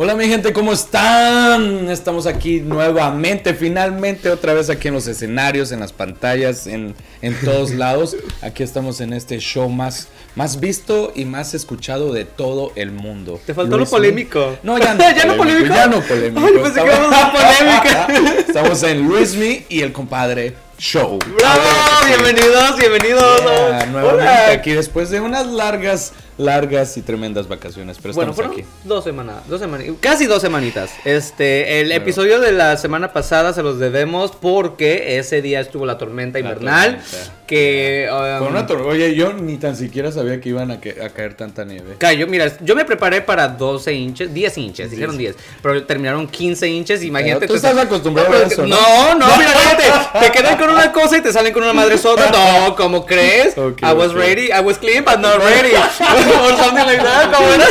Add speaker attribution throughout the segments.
Speaker 1: Hola mi gente, ¿cómo están? Estamos aquí nuevamente, finalmente, otra vez aquí en los escenarios, en las pantallas, en, en todos lados. Aquí estamos en este show más, más visto y más escuchado de todo el mundo.
Speaker 2: Te faltó
Speaker 1: Luis
Speaker 2: lo polémico.
Speaker 1: Mi- No, ya no.
Speaker 2: ¿Ya no polémico?
Speaker 1: Ya no polémico.
Speaker 2: Ay, pensé que íbamos a polémica.
Speaker 1: estamos en Luis Me y el compadre show.
Speaker 2: ¡Bravo! Bienvenidos, bienvenidos.
Speaker 1: Yeah, nuevamente
Speaker 2: Hola.
Speaker 1: aquí después de unas largas, largas y tremendas vacaciones, pero
Speaker 2: Bueno,
Speaker 1: estamos
Speaker 2: fueron
Speaker 1: aquí.
Speaker 2: dos semanas, dos semanas, casi dos semanitas. Este, el episodio de la semana pasada se los debemos porque ese día estuvo la tormenta
Speaker 1: La
Speaker 2: invernal
Speaker 1: tormenta.
Speaker 2: que um,
Speaker 1: Con una tor- Oye, yo ni tan siquiera sabía que iban a, que- a caer tanta nieve.
Speaker 2: cayó. Mira, yo me preparé para 12 inches, 10 inches, dijeron 10, pero terminaron 15 inches. Imagínate.
Speaker 1: Pero tú
Speaker 2: te-
Speaker 1: estás acostumbrado a eso, ¿no?
Speaker 2: No, no, mira, fíjate, te quedan con una cosa y te salen con una madre sota. No, ¿cómo crees?
Speaker 1: Ok,
Speaker 2: I was
Speaker 1: ok.
Speaker 2: ready, I was clean, but not ready. Or something like that, ¿cómo era?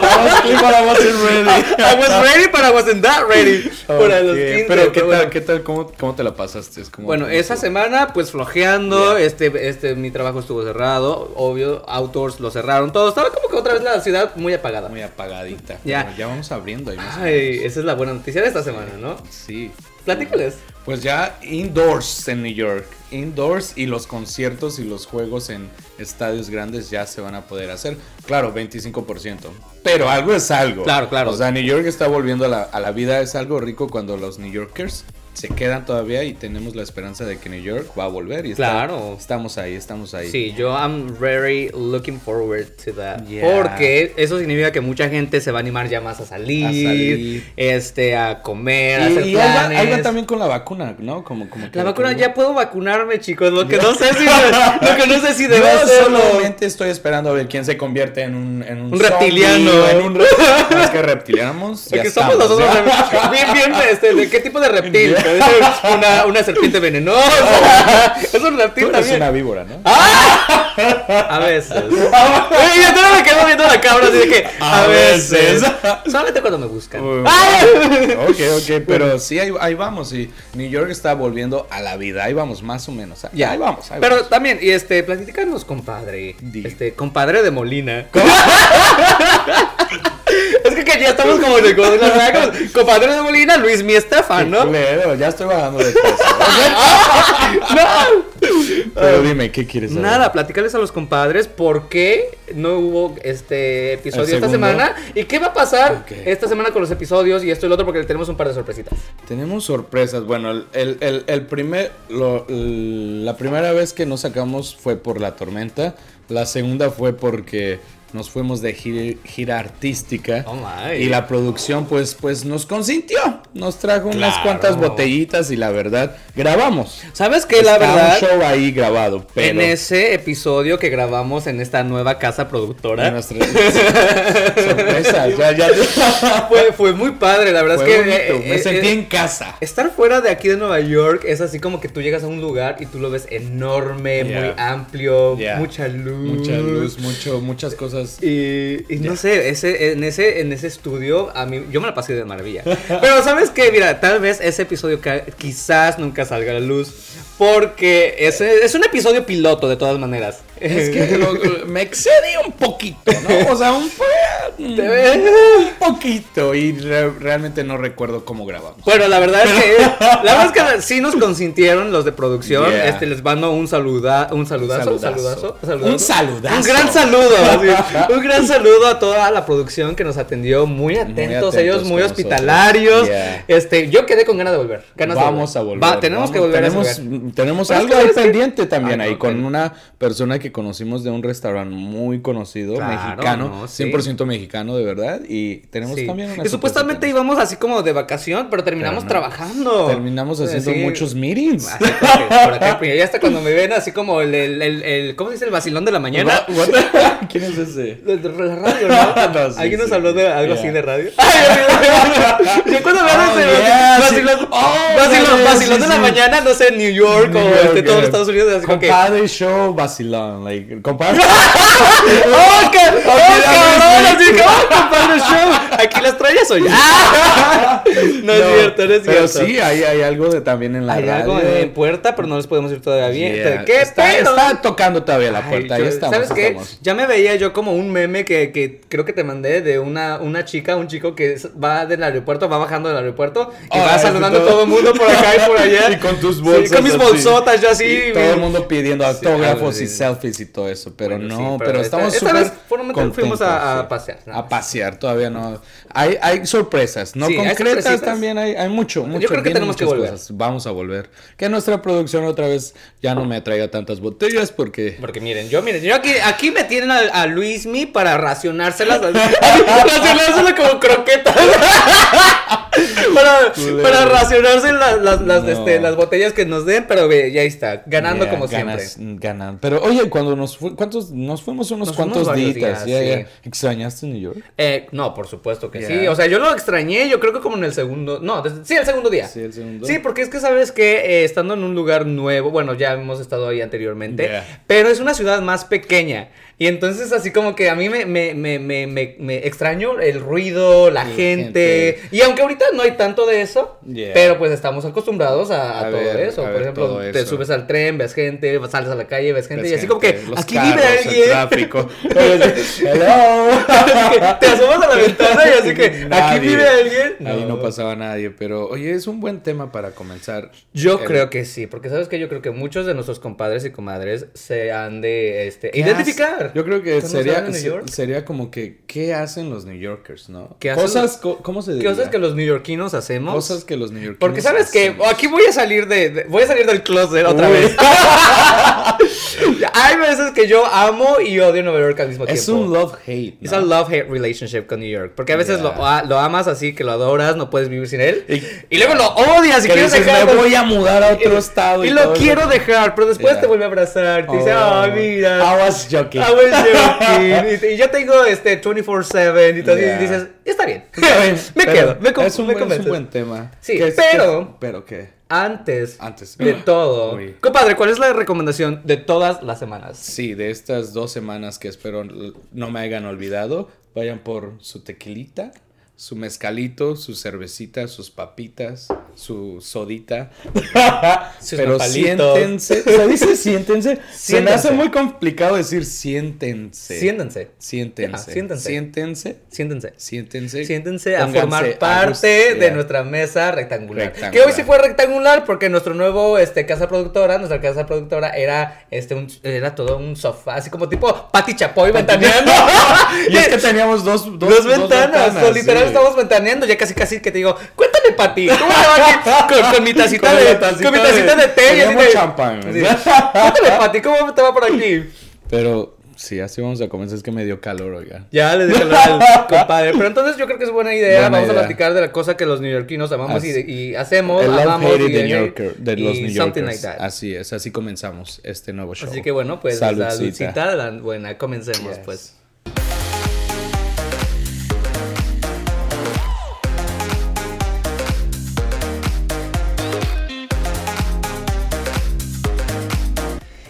Speaker 1: Vamos, Clima, vamos a ir ready.
Speaker 2: I was ready, but I wasn't that ready. Por a los
Speaker 1: Ok,
Speaker 2: 15,
Speaker 1: pero ¿qué tal,
Speaker 2: bueno.
Speaker 1: qué tal, cómo, cómo te la pasaste? Es como-
Speaker 2: Bueno, esa semana, pues flojeando, este, este, mi trabajo estuvo cerrado, obvio, outdoors lo cerraron, todo estaba como que otra vez la ciudad muy apagada.
Speaker 1: Muy apagadita.
Speaker 2: Ya.
Speaker 1: pero ya vamos abriendo ahí más o
Speaker 2: Ay,
Speaker 1: menos.
Speaker 2: esa es la buena noticia de esta semana, ¿no?
Speaker 1: Sí.
Speaker 2: Platícales.
Speaker 1: Pues ya indoors en New York. Indoors y los conciertos y los juegos en estadios grandes ya se van a poder hacer. Claro, 25%. Pero algo es algo.
Speaker 2: Claro, claro.
Speaker 1: O sea, New York está volviendo a la, a la vida. Es algo rico cuando los New Yorkers se quedan todavía y tenemos la esperanza de que New York va a volver. Y está-
Speaker 2: Claro.
Speaker 1: estamos ahí, estamos ahí.
Speaker 2: Sí, yo I'm very looking forward to that.
Speaker 1: Yeah.
Speaker 2: Porque eso significa que mucha gente se va a animar ya más a salir,
Speaker 1: A salir.
Speaker 2: este, a comer, a
Speaker 1: Y-
Speaker 2: hacer
Speaker 1: y ahí va-
Speaker 2: planes.
Speaker 1: ahí va también con la vacuna, ¿no? Como, como que-
Speaker 2: La vacuna
Speaker 1: como-
Speaker 2: ya puedo vacunarme, chicos. Lo que no sé si lo que no sé si debo
Speaker 1: Yo
Speaker 2: hacerlo.
Speaker 1: solamente estoy esperando a ver quién se convierte en un, en un,
Speaker 2: Un
Speaker 1: zombie,
Speaker 2: reptiliano.
Speaker 1: o En un re- No, es que reptilianos. ya
Speaker 2: Porque somos
Speaker 1: estamos,
Speaker 2: nosotros
Speaker 1: ya.
Speaker 2: rep- bien, bien, este, ¿de qué tipo de reptil? Una, una serpiente venenosa. Es un
Speaker 1: Tú
Speaker 2: reptil
Speaker 1: eres
Speaker 2: también.
Speaker 1: una víbora, ¿no?
Speaker 2: A veces. Oye, yo Eh, todavía me quedo viendo la cámara así de que. A,
Speaker 1: A
Speaker 2: veces.
Speaker 1: veces.
Speaker 2: Solamente cuando me buscan.
Speaker 1: Uy.
Speaker 2: ¡Ay!
Speaker 1: Ok, ok, pero sí, ahí, ahí vamos. Y New York está volviendo a la vida. Ahí vamos, más o menos. ¿ah? Ahí,
Speaker 2: Ya,
Speaker 1: ahí vamos. ahí
Speaker 2: Pero
Speaker 1: vamos.
Speaker 2: también, y este, platícanos, compadre.
Speaker 1: Di.
Speaker 2: Este, compadre de Molina. es que, que ya estamos como en el como en la saga, como compadre de Molina, Luis Mi Estefan, ah, ¿no?
Speaker 1: Culero, ya estoy bajando de peso. Pero dime, ¿qué quieres saber?
Speaker 2: Nada, platícales a los compadres por qué no hubo este episodio
Speaker 1: El
Speaker 2: esta
Speaker 1: segundo.
Speaker 2: semana y qué va a pasar
Speaker 1: Ok.
Speaker 2: esta semana con los episodios y esto y lo otro porque tenemos un par de sorpresitas.
Speaker 1: Tenemos sorpresas. Bueno, el, el- el- el primer, lo- la primera vez que nos sacamos fue por la tormenta. La segunda fue porque nos fuimos de gir- gira artística.
Speaker 2: Oh, my.
Speaker 1: Y la producción, pues, pues nos consintió. Nos trajo unas
Speaker 2: Claro.
Speaker 1: cuantas botellitas y la verdad, grabamos.
Speaker 2: ¿Sabes qué? La
Speaker 1: Está
Speaker 2: verdad,
Speaker 1: Un show ahí grabado, pero.
Speaker 2: en ese episodio que grabamos en esta nueva casa productora.
Speaker 1: en nuestra- sorpresas. ya, ya.
Speaker 2: fue, fue muy padre, la verdad
Speaker 1: Fue
Speaker 2: es que. eh,
Speaker 1: bonito, Me
Speaker 2: eh,
Speaker 1: sentí
Speaker 2: eh,
Speaker 1: en casa.
Speaker 2: Estar fuera de aquí de Nueva York es así como que tú llegas a un lugar y tú lo ves enorme,
Speaker 1: Yeah.
Speaker 2: muy amplio,
Speaker 1: Yeah.
Speaker 2: mucha luz.
Speaker 1: Mucha luz, mucho, muchas cosas.
Speaker 2: Y, y no sé, ese, en, ese, en ese estudio, a mí, yo me la pasé de maravilla. Pero sabes qué, mira, tal vez ese episodio ca- quizás nunca salga a la luz. Porque es, es un episodio piloto, de todas maneras.
Speaker 1: Es que lo- lo- me excedí un poquito, ¿no? O sea, un, un poquito. Y re- realmente no recuerdo cómo grabamos.
Speaker 2: Bueno, la verdad es que la verdad es que sí nos consintieron los de producción.
Speaker 1: Yeah.
Speaker 2: Este les mando un saluda, un saludazo,
Speaker 1: Saludazo.
Speaker 2: saludazo,
Speaker 1: Un saludazo.
Speaker 2: Un gran saludo, así, un gran saludo a toda la producción que nos atendió muy atentos,
Speaker 1: atentos
Speaker 2: ellos muy
Speaker 1: con
Speaker 2: hospitalarios.
Speaker 1: nosotros. Yeah.
Speaker 2: Este, yo quedé con ganas de volver. ganas de
Speaker 1: Vamos a Pues volver.
Speaker 2: Va, tenemos
Speaker 1: vamos-
Speaker 2: que volver a
Speaker 1: Tenemos,
Speaker 2: ese lugar.
Speaker 1: tenemos
Speaker 2: Pero es
Speaker 1: algo
Speaker 2: que
Speaker 1: ahí
Speaker 2: sabes que-
Speaker 1: pendiente también.
Speaker 2: Ay,
Speaker 1: ahí
Speaker 2: no,
Speaker 1: con
Speaker 2: pero-
Speaker 1: una persona que conocimos de un restaurante muy conocido,
Speaker 2: Claro,
Speaker 1: mexicano.
Speaker 2: no, sí.
Speaker 1: 100% mexicano, de verdad. Y tenemos
Speaker 2: Sí.
Speaker 1: también una.
Speaker 2: Que supuestamente
Speaker 1: sorpresita.
Speaker 2: íbamos así como de vacación, pero terminamos
Speaker 1: no.
Speaker 2: trabajando.
Speaker 1: Terminamos haciendo
Speaker 2: Sí.
Speaker 1: muchos meetings.
Speaker 2: Así como que por acá, pues, ya hasta cuando me ven así como el, el, el, el- ¿cómo se dice? El vacilón de la mañana.
Speaker 1: What- what- ¿Quién es ese?
Speaker 2: De- de la radio, ¿no?
Speaker 1: No, sí,
Speaker 2: ¿Alguien nos
Speaker 1: sí.
Speaker 2: habló de algo
Speaker 1: Ya.
Speaker 2: así de radio? Ay, yo cuando hablaba de
Speaker 1: Oh, yeah, sí.
Speaker 2: vacilón,
Speaker 1: Oh,
Speaker 2: vacilón,
Speaker 1: sí,
Speaker 2: vacilón
Speaker 1: sí,
Speaker 2: de la
Speaker 1: sí.
Speaker 2: mañana, no sé, en New York o
Speaker 1: eh,
Speaker 2: este, todos los Estados Unidos, así como que. ¡Oh,
Speaker 1: Compadre show vacilón, like, compadre.
Speaker 2: ca- oh, cabrón! Así acabó, compadre show. Aquí las trayas soy yo. ¡Ah! No, es cierto, no es
Speaker 1: pero
Speaker 2: cierto.
Speaker 1: sí, hay, hay algo de, también en la
Speaker 2: Hay
Speaker 1: radio.
Speaker 2: algo en puerta, pero no les podemos ir todavía bien.
Speaker 1: Yeah.
Speaker 2: ¿Qué
Speaker 1: está,
Speaker 2: pedo?
Speaker 1: está tocando todavía la
Speaker 2: Ay,
Speaker 1: puerta, ahí
Speaker 2: Ah, yo-
Speaker 1: estamos.
Speaker 2: ¿Sabes qué?
Speaker 1: estamos.
Speaker 2: Ya me veía yo como un meme que, que creo que te mandé de una, una chica, un chico que es- va del aeropuerto, va bajando del aeropuerto
Speaker 1: Ah,
Speaker 2: y va
Speaker 1: eso
Speaker 2: saludando a
Speaker 1: todo.
Speaker 2: todo el mundo por acá y por allá.
Speaker 1: Y con tus
Speaker 2: Sí,
Speaker 1: bolsas
Speaker 2: con mis
Speaker 1: así.
Speaker 2: bolsotas, yo así.
Speaker 1: Y todo el mundo pidiendo
Speaker 2: Sí,
Speaker 1: autógrafos
Speaker 2: algo
Speaker 1: y
Speaker 2: así.
Speaker 1: selfies y todo eso, pero
Speaker 2: Bueno, sí,
Speaker 1: no, pero,
Speaker 2: pero esta-
Speaker 1: estamos
Speaker 2: esta
Speaker 1: súper
Speaker 2: vez fuimos- fuimos
Speaker 1: contentos,
Speaker 2: a- a
Speaker 1: sí.
Speaker 2: pasear, nada
Speaker 1: A
Speaker 2: más.
Speaker 1: pasear, todavía no. Hay, hay sorpresas, no
Speaker 2: Sí, hay
Speaker 1: concretas
Speaker 2: sorpresitas.
Speaker 1: también, hay, hay mucho, mucho.
Speaker 2: creo que
Speaker 1: vienen
Speaker 2: tenemos que
Speaker 1: muchas
Speaker 2: volver.
Speaker 1: Vamos a volver. Que nuestra producción otra vez ya no me traiga tantas botellas porque...
Speaker 2: Porque miren, yo miren, yo aquí, aquí me tienen a, a Luismi para racionárselas, racionárselas como croquetas. para,
Speaker 1: Culero.
Speaker 2: para racionarse las, las, las,
Speaker 1: No.
Speaker 2: este, las botellas que nos den, pero ve, ya está, ganando
Speaker 1: Yeah,
Speaker 2: como
Speaker 1: ganas-
Speaker 2: siempre.
Speaker 1: Ganan. Pero oye, cuando nos fu- ¿cuántos, nos fuimos unos
Speaker 2: Nos fuimos
Speaker 1: cuantos
Speaker 2: varios
Speaker 1: días.
Speaker 2: días,
Speaker 1: ya, ya.
Speaker 2: sí.
Speaker 1: ¿Extrañaste New York?
Speaker 2: Eh, no, por supuesto que sí.
Speaker 1: Yeah.
Speaker 2: O sea, yo lo extrañé, yo creo que como en el segundo. No, desde- sí, el segundo día.
Speaker 1: Sí, el segundo.
Speaker 2: Sí, pues, porque es que sabes que eh, estando en un lugar nuevo, bueno, ya hemos estado ahí anteriormente,
Speaker 1: Yeah.
Speaker 2: pero es una ciudad más pequeña. Y entonces así como que a mí me, me, me, me, me- me extraño el ruido, la
Speaker 1: Sí,
Speaker 2: gente.
Speaker 1: gente.
Speaker 2: Y aunque ahorita no hay tanto de eso,
Speaker 1: Yeah.
Speaker 2: pero pues estamos acostumbrados a, a
Speaker 1: A
Speaker 2: todo
Speaker 1: ver,
Speaker 2: eso.
Speaker 1: a
Speaker 2: Por
Speaker 1: ver
Speaker 2: ejemplo,
Speaker 1: todo
Speaker 2: te
Speaker 1: eso.
Speaker 2: subes al tren, ves gente, sales a la calle, ves gente.
Speaker 1: Ves
Speaker 2: y así como que
Speaker 1: Pues gente, los
Speaker 2: aquí
Speaker 1: carros, el
Speaker 2: vive alguien.
Speaker 1: tráfico. Hello.
Speaker 2: Así que te asomas a la ventana y así que
Speaker 1: Nadie.
Speaker 2: aquí vive alguien.
Speaker 1: Ahí no pasaba nadie, pero oye, es un buen tema para comenzar.
Speaker 2: Yo
Speaker 1: El-
Speaker 2: creo que sí, porque sabes que yo creo que muchos de nuestros compadres y comadres se han de este,
Speaker 1: ¿Qué
Speaker 2: identificar.
Speaker 1: hace- Yo creo que
Speaker 2: ¿Cuándo
Speaker 1: sería,
Speaker 2: salen en New
Speaker 1: se-
Speaker 2: York?
Speaker 1: sería como que, ¿qué hacen los New Yorkers, no?
Speaker 2: ¿Qué hacen
Speaker 1: cosas, co- ¿Cómo se diría?
Speaker 2: Cosas que los neoyorquinos hacemos.
Speaker 1: Cosas que los neoyorquinos
Speaker 2: Porque sabes que
Speaker 1: hacemos.
Speaker 2: aquí voy a salir de, de- voy a salir del closet otra
Speaker 1: Uy.
Speaker 2: vez. Hay veces que yo amo y odio Nueva York al mismo tiempo.
Speaker 1: Es un love-hate,
Speaker 2: Es
Speaker 1: ¿no?
Speaker 2: un love-hate relationship con New York. Porque a veces lo,
Speaker 1: Yeah.
Speaker 2: a- lo amas así, que lo adoras, no puedes vivir sin él.
Speaker 1: Y-
Speaker 2: Y, luego lo odias y
Speaker 1: Que
Speaker 2: quieres
Speaker 1: dices,
Speaker 2: dejarlo.
Speaker 1: me voy a mudar a otro estado.
Speaker 2: Y,
Speaker 1: todo
Speaker 2: lo
Speaker 1: eso".
Speaker 2: quiero dejar, pero después
Speaker 1: Ya.
Speaker 2: te vuelve a abrazar. Te dice,
Speaker 1: Oh,
Speaker 2: ah, mira. Ah,
Speaker 1: I was joking.
Speaker 2: I was joking. Y, y yo tengo este 24-7 y, todo, y
Speaker 1: Ya.
Speaker 2: dices, está bien.
Speaker 1: Está bien,
Speaker 2: me
Speaker 1: pero
Speaker 2: quedo, me, com-
Speaker 1: es un,
Speaker 2: me
Speaker 1: buen- es un
Speaker 2: convences.
Speaker 1: buen tema.
Speaker 2: Sí,
Speaker 1: ¿Qué es-
Speaker 2: pero-
Speaker 1: qué- ¿Pero qué?
Speaker 2: Antes,
Speaker 1: Antes. Ah,
Speaker 2: de todo,
Speaker 1: Uy.
Speaker 2: compadre, ¿cuál es la recomendación de todas las semanas?
Speaker 1: Sí, de estas dos semanas que espero l- no me hayan olvidado, vayan por su tequilita, su mezcalito, su cervecita, sus papitas, su sodita.
Speaker 2: Sus
Speaker 1: Pero
Speaker 2: nopalitos.
Speaker 1: siéntense. ¿Se dice siéntense? Se me hace
Speaker 2: Siéntense.
Speaker 1: muy complicado decir siéntense.
Speaker 2: Siéntense,
Speaker 1: Siéntense.
Speaker 2: Ya, siéntense.
Speaker 1: Siéntense.
Speaker 2: siéntense.
Speaker 1: Siéntense.
Speaker 2: Siéntense a
Speaker 1: Pónganse
Speaker 2: formar
Speaker 1: a
Speaker 2: parte
Speaker 1: gusto.
Speaker 2: de
Speaker 1: Ya.
Speaker 2: nuestra mesa rectangular.
Speaker 1: Rectangular.
Speaker 2: Que hoy sí fue rectangular porque nuestro nuevo este, casa productora, nuestra casa productora era este un, era todo un sofá, así como tipo Pati Chapoy ventaneando.
Speaker 1: Y es que teníamos dos, dos,
Speaker 2: Dos, ventanas,
Speaker 1: ventanas,
Speaker 2: so, literal
Speaker 1: sí.
Speaker 2: estamos ventaneando, ya casi casi que te digo, cuéntame Pati, ¿cómo te va aquí? Con, con mi tacita
Speaker 1: Con
Speaker 2: de
Speaker 1: la tacita
Speaker 2: con mi tacita
Speaker 1: de-
Speaker 2: de té y así
Speaker 1: teníamos
Speaker 2: de-
Speaker 1: champán,
Speaker 2: Sí.
Speaker 1: ¿verdad?
Speaker 2: Cuéntame Pati, ¿cómo te va por aquí?
Speaker 1: Pero sí, así vamos a comenzar. Es que me dio calor, oiga.
Speaker 2: Ya le dije al compadre. Pero entonces yo creo que es buena idea.
Speaker 1: Buena
Speaker 2: Vamos
Speaker 1: idea.
Speaker 2: a platicar de la cosa que los neoyorquinos amamos
Speaker 1: Así.
Speaker 2: y, y hacemos.
Speaker 1: El love
Speaker 2: amamos
Speaker 1: hated
Speaker 2: y-
Speaker 1: de, New Yorker- de
Speaker 2: y
Speaker 1: los New
Speaker 2: something
Speaker 1: Yorkers.
Speaker 2: like that. Así,
Speaker 1: Así es, así comenzamos este nuevo show.
Speaker 2: que bueno, pues
Speaker 1: Saludcita.
Speaker 2: la lucita, la buena, comencemos
Speaker 1: Yes.
Speaker 2: pues.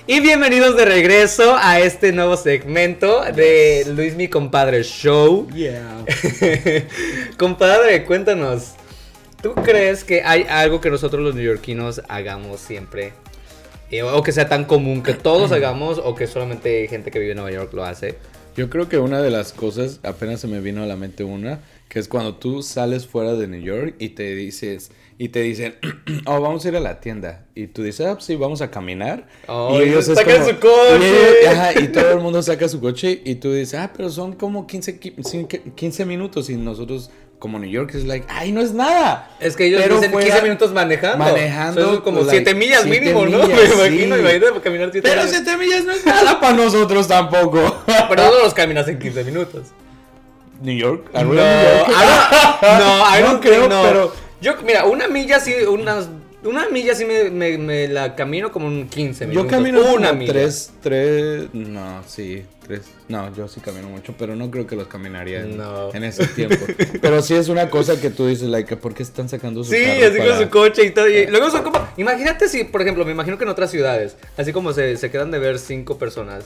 Speaker 2: Y bienvenidos de regreso a este nuevo segmento de Luis Mi Compadre Show. Compadre, cuéntanos. ¿Tú crees que hay algo que nosotros los neoyorquinos hagamos siempre? Eh, o que sea tan común que todos hagamos o que solamente gente que vive en Nueva York lo hace.
Speaker 1: Yo creo que una de las cosas, apenas se me vino a la mente una, que es cuando tú sales fuera de New York y te dices, y te dicen, oh, vamos a ir a la tienda. Y tú dices, ah, sí, vamos a caminar.
Speaker 2: Oh,
Speaker 1: y
Speaker 2: y
Speaker 1: es
Speaker 2: sacan su coche.
Speaker 1: Y, ellos- ajá, y todo el mundo saca su coche y tú dices, ah, pero son como 15, qui- cinque- 15 minutos y nosotros... Como New York es like, ay, no es nada.
Speaker 2: Es que ellos
Speaker 1: Pero
Speaker 2: dicen
Speaker 1: fuera-
Speaker 2: 15 minutos manejando.
Speaker 1: Manejando,
Speaker 2: Son como
Speaker 1: like,
Speaker 2: 7 millas
Speaker 1: siete
Speaker 2: mínimo, ¿no?
Speaker 1: millas,
Speaker 2: Me
Speaker 1: sí.
Speaker 2: imagino, imagínate caminar 7
Speaker 1: Pero
Speaker 2: millas.
Speaker 1: 7 millas no es nada para nosotros tampoco.
Speaker 2: Pero no los caminas en 15 minutos.
Speaker 1: New York,
Speaker 2: No,
Speaker 1: arriba de New York.
Speaker 2: I don't- no, I
Speaker 1: No
Speaker 2: don't
Speaker 1: creo,
Speaker 2: think, no.
Speaker 1: pero-
Speaker 2: Yo, mira, una milla sí, unas, una milla sí me, me, me la camino como un 15
Speaker 1: Yo
Speaker 2: minutos.
Speaker 1: camino
Speaker 2: una
Speaker 1: una
Speaker 2: milla.
Speaker 1: tres, tres, no, sí, tres, no, yo sí camino mucho, pero no creo que los caminaría en,
Speaker 2: No.
Speaker 1: en ese tiempo. pero sí es una cosa que tú dices, like, ¿por qué están sacando su
Speaker 2: Sí,
Speaker 1: carro
Speaker 2: así con
Speaker 1: para-
Speaker 2: su coche y todo. Y luego son como. Imagínate si, por ejemplo, me imagino que en otras ciudades, así como se, se quedan de ver cinco personas.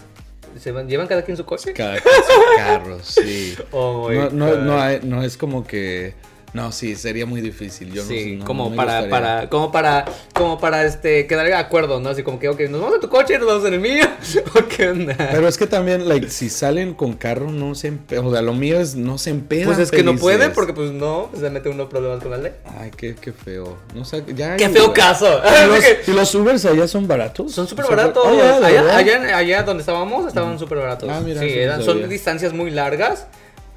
Speaker 2: ¿Se van- llevan cada quien su coche?
Speaker 1: Cada quien su carro, sí.
Speaker 2: Oh my
Speaker 1: no, no,
Speaker 2: God.
Speaker 1: no, hay- no es como que. No, sí, sería muy difícil. Yo no-
Speaker 2: sí,
Speaker 1: no,
Speaker 2: como
Speaker 1: no me
Speaker 2: para,
Speaker 1: gustaría.
Speaker 2: para, como para, como para este, quedar de acuerdo, ¿no? Así como que, ok, nos vamos en tu coche, nos vamos en el mío. ¿O qué onda?
Speaker 1: Pero es que también, like, si salen con carro, no se empedan. O sea, lo mío es no se empedan.
Speaker 2: Pues es que no
Speaker 1: ah, felices.
Speaker 2: puede, porque pues no, se mete uno problemas con la ley.
Speaker 1: Ay, qué, qué feo. No sé, ya hay
Speaker 2: ¡Qué feo
Speaker 1: Uber.
Speaker 2: caso!
Speaker 1: ¿Y los, y los Ubers allá son baratos?
Speaker 2: Son súper
Speaker 1: O sea,
Speaker 2: baratos.
Speaker 1: oh, ya, de
Speaker 2: allá,
Speaker 1: verdad.
Speaker 2: allá, allá donde estábamos estaban súper baratos.
Speaker 1: Ah, mira,
Speaker 2: sí,
Speaker 1: eso no
Speaker 2: eran-
Speaker 1: sabía.
Speaker 2: son distancias muy largas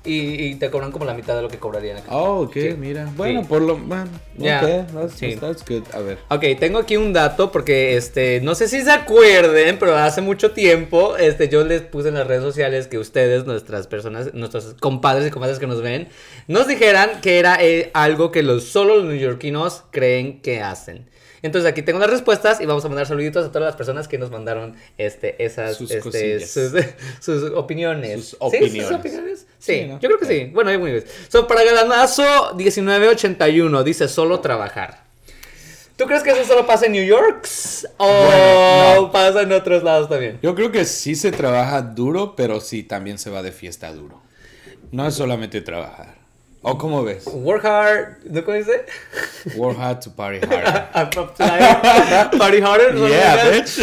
Speaker 2: y, y te cobran como la mitad de lo que cobrarían acá.
Speaker 1: Oh, ok,
Speaker 2: Sí.
Speaker 1: mira.
Speaker 2: Sí.
Speaker 1: Bueno, por lo. Man,
Speaker 2: Ya.
Speaker 1: Ok, that's,
Speaker 2: Sí.
Speaker 1: that's good. A ver.
Speaker 2: Ok, tengo aquí un dato porque este, no sé si se acuerden, pero hace mucho tiempo este, yo les puse en las redes sociales que ustedes, nuestras personas, nuestros compadres y comadres que nos ven, nos dijeran que era eh, algo que los, solo los neoyorquinos creen que hacen. Entonces aquí tengo las respuestas y vamos a mandar saluditos a todas las personas que nos mandaron este, esas,
Speaker 1: Sus
Speaker 2: este,
Speaker 1: cosillas.
Speaker 2: sus, sus opiniones.
Speaker 1: Sus
Speaker 2: ¿Sí?
Speaker 1: opiniones.
Speaker 2: ¿Sus opiniones? Sí,
Speaker 1: Sí, ¿no?
Speaker 2: yo creo que sí. Bueno, hay muy bien. So, para Galanazo 1981 dice solo trabajar. ¿Tú crees que eso solo pasa en New York? ¿O
Speaker 1: Bueno,
Speaker 2: pasa en otros lados también?
Speaker 1: Yo creo que sí se trabaja duro, pero sí también se va de fiesta duro. No es solamente trabajar. ¿O cómo ves?
Speaker 2: Work hard, ¿no cómo dice?
Speaker 1: Work hard to party hard.
Speaker 2: Apply- Party harder. ¿no?
Speaker 1: yeah, bitch.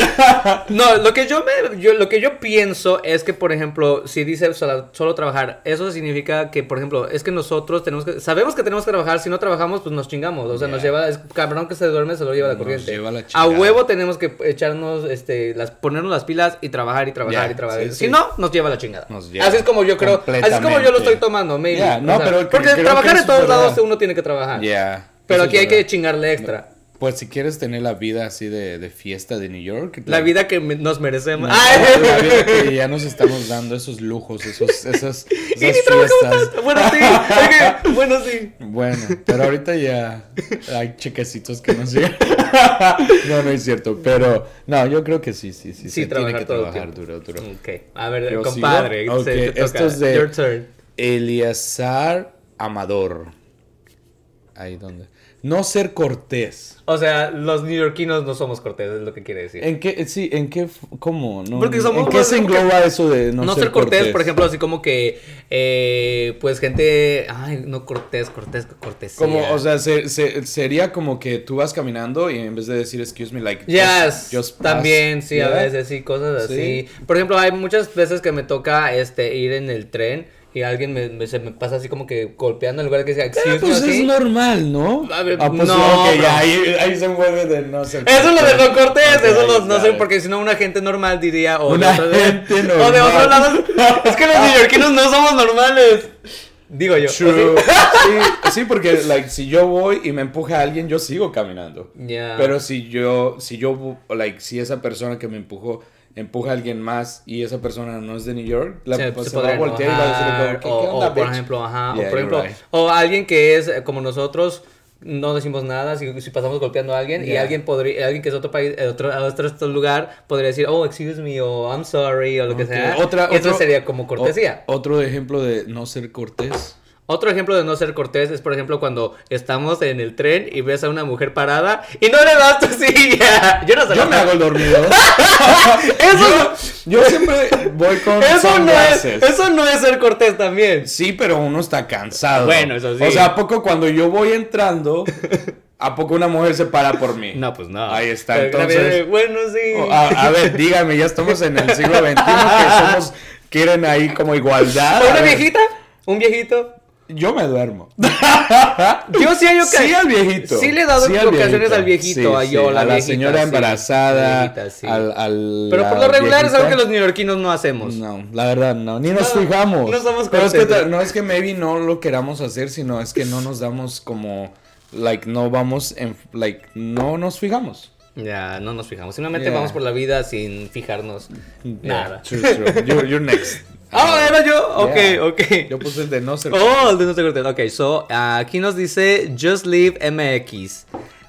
Speaker 2: No, lo que yo me, yo, lo que yo pienso es que, por ejemplo, si dice solo, solo trabajar, eso significa que, por ejemplo, es que nosotros tenemos que, sabemos que tenemos que trabajar, si no trabajamos, pues nos chingamos, o sea, nos
Speaker 1: Yeah.
Speaker 2: lleva, es cabrón que se duerme, se lo lleva la
Speaker 1: Nos
Speaker 2: corriente.
Speaker 1: lleva la
Speaker 2: a
Speaker 1: chingada.
Speaker 2: huevo tenemos que echarnos, este, las, ponernos las pilas y trabajar y trabajar
Speaker 1: Yeah,
Speaker 2: y trabajar.
Speaker 1: sí,
Speaker 2: si
Speaker 1: sí.
Speaker 2: no, nos lleva la chingada.
Speaker 1: Nos lleva
Speaker 2: así es como yo creo, así es como yo lo
Speaker 1: completamente.
Speaker 2: estoy tomando, maybe.
Speaker 1: Yeah, no,
Speaker 2: o sea,
Speaker 1: pero
Speaker 2: porque
Speaker 1: creo que
Speaker 2: trabajar
Speaker 1: eso
Speaker 2: en
Speaker 1: es
Speaker 2: todos
Speaker 1: verdad.
Speaker 2: lados uno tiene que trabajar.
Speaker 1: Yeah. Eso
Speaker 2: Pero
Speaker 1: es
Speaker 2: aquí hay
Speaker 1: verdad.
Speaker 2: que chingarle extra.
Speaker 1: Pues si quieres tener la vida así de, de fiesta de New York.
Speaker 2: La vida que me- nos merecemos.
Speaker 1: No,
Speaker 2: ¡Ay!
Speaker 1: la vida que ya nos estamos dando, esos lujos, esos, esas,
Speaker 2: Y ni
Speaker 1: esas
Speaker 2: trabajamos
Speaker 1: fiestas.
Speaker 2: tanto. Bueno, sí. es que- bueno, sí.
Speaker 1: Bueno, pero ahorita ya hay chequecitos que nos llegan. No, no es cierto, pero no, yo creo que sí, sí, sí,
Speaker 2: Sí,
Speaker 1: se tiene que
Speaker 2: trabajar todo el
Speaker 1: trabajar
Speaker 2: tiempo.
Speaker 1: duro, duro.
Speaker 2: Ok. A ver,
Speaker 1: Yo
Speaker 2: compadre.
Speaker 1: sigo.
Speaker 2: se-
Speaker 1: Ok,
Speaker 2: te toca.
Speaker 1: esto es de-
Speaker 2: Your turn.
Speaker 1: Eliazar Amador. Ahí donde. No ser cortés.
Speaker 2: O sea, los neoyorquinos no somos corteses, es lo que quiere decir.
Speaker 1: ¿En qué, sí, en qué, f- cómo? No,
Speaker 2: Porque somos
Speaker 1: ¿En qué
Speaker 2: más-
Speaker 1: se engloba eso de no,
Speaker 2: No, ser cortés, por ejemplo, así como que, eh, pues gente, ay, no cortés, cortés, cortesía.
Speaker 1: Como, o sea, se- se- sería como que tú vas caminando y en vez de decir excuse me, like,
Speaker 2: Yes,
Speaker 1: pass,
Speaker 2: también, sí, a
Speaker 1: yeah.
Speaker 2: veces, sí, cosas así.
Speaker 1: Sí.
Speaker 2: Por ejemplo, hay muchas veces que me toca este ir en el tren y alguien me, me- se me pasa así como que golpeando en lugar de que sea excuse
Speaker 1: Eh, pues
Speaker 2: me",
Speaker 1: es
Speaker 2: así.
Speaker 1: normal, ¿no?
Speaker 2: A ver,
Speaker 1: Ah, pues
Speaker 2: no,
Speaker 1: ok,
Speaker 2: bro.
Speaker 1: ya, ahí, ahí se mueve de no ser
Speaker 2: Eso es lo de Don Cortés,
Speaker 1: Ok,
Speaker 2: eso
Speaker 1: ahí
Speaker 2: los- no
Speaker 1: está.
Speaker 2: sé, porque si no una gente normal diría, o,
Speaker 1: Una
Speaker 2: de, otro,
Speaker 1: gente
Speaker 2: o de otro
Speaker 1: normal.
Speaker 2: lado, es que los neoyorquinos no somos normales, digo yo. ¿o sí?
Speaker 1: True. Sí, sí, porque like, si yo voy y me empuja alguien, yo sigo caminando.
Speaker 2: Ya.
Speaker 1: Pero si yo, si yo, like, si esa persona que me empujó empuja a alguien más y esa persona no es de New York, la,
Speaker 2: se,
Speaker 1: pues,
Speaker 2: se
Speaker 1: se va a
Speaker 2: podría
Speaker 1: voltear y va a
Speaker 2: enojar,
Speaker 1: decir, como,
Speaker 2: o,
Speaker 1: ¿qué, qué onda,
Speaker 2: o por
Speaker 1: bitch?
Speaker 2: ejemplo, ajá,
Speaker 1: Yeah,
Speaker 2: o por
Speaker 1: you're
Speaker 2: ejemplo,
Speaker 1: right.
Speaker 2: o alguien que es eh, como nosotros, no decimos nada si, si pasamos golpeando a alguien y
Speaker 1: Yeah.
Speaker 2: alguien podría, alguien que es de otro país, eh, otro, a otro, otro lugar podría decir, oh, excuse me, o I'm sorry, o lo que
Speaker 1: Ok,
Speaker 2: sea.
Speaker 1: Otra,
Speaker 2: y eso
Speaker 1: otro-
Speaker 2: sería como cortesía.
Speaker 1: o- otro ejemplo de no ser cortés.
Speaker 2: Otro ejemplo de no ser cortés es, por ejemplo, cuando estamos en el tren y ves a una mujer parada y no le das tu silla. Yo no se
Speaker 1: Yo
Speaker 2: la-
Speaker 1: me hago el dormido.
Speaker 2: Eso,
Speaker 1: Yo siempre voy con
Speaker 2: no, eso, no es,
Speaker 1: sunglasses.
Speaker 2: eso no es ser cortés también.
Speaker 1: Sí, pero uno está cansado.
Speaker 2: Bueno, eso sí.
Speaker 1: O sea, ¿a poco cuando yo voy entrando, a poco una mujer se para por mí?
Speaker 2: No, pues no.
Speaker 1: Ahí está,
Speaker 2: Pero también,
Speaker 1: entonces- Oh, ah,
Speaker 2: Bueno, sí.
Speaker 1: O- A, a ver, dígame, ya estamos en el siglo XXI, que somos, quieren ahí como igualdad.
Speaker 2: ¿O
Speaker 1: A
Speaker 2: una
Speaker 1: ver,
Speaker 2: viejita? ¿Un viejito?
Speaker 1: Yo me duermo.
Speaker 2: Yo sí hay oca-
Speaker 1: Sí al viejito.
Speaker 2: Sí le he dado
Speaker 1: Sí
Speaker 2: ocasiones al
Speaker 1: Sí,
Speaker 2: viejito, a yo,
Speaker 1: sí,
Speaker 2: a la,
Speaker 1: a la
Speaker 2: viejita,
Speaker 1: señora
Speaker 2: sí.
Speaker 1: embarazada,
Speaker 2: Viejita, sí.
Speaker 1: al, al-
Speaker 2: Pero por
Speaker 1: la
Speaker 2: lo regular es algo que
Speaker 1: viejita.
Speaker 2: los neoyorquinos no hacemos.
Speaker 1: No, la verdad no, ni nos
Speaker 2: Pues, No,
Speaker 1: fijamos.
Speaker 2: no somos
Speaker 1: Pero es que
Speaker 2: conscientes.
Speaker 1: ta- no es que maybe no lo queramos hacer, sino es que no nos damos como like no vamos en like no nos fijamos.
Speaker 2: Ya, no nos fijamos. Simplemente
Speaker 1: Yeah.
Speaker 2: vamos por la vida sin fijarnos nada.
Speaker 1: Yeah, true, true. You're, you're next.
Speaker 2: Ah, era yo. Ok,
Speaker 1: Yeah.
Speaker 2: ok.
Speaker 1: Yo puse el de no ser.
Speaker 2: Oh, el de no te cortes. Ok, so ah, aquí nos dice Just Leave MX.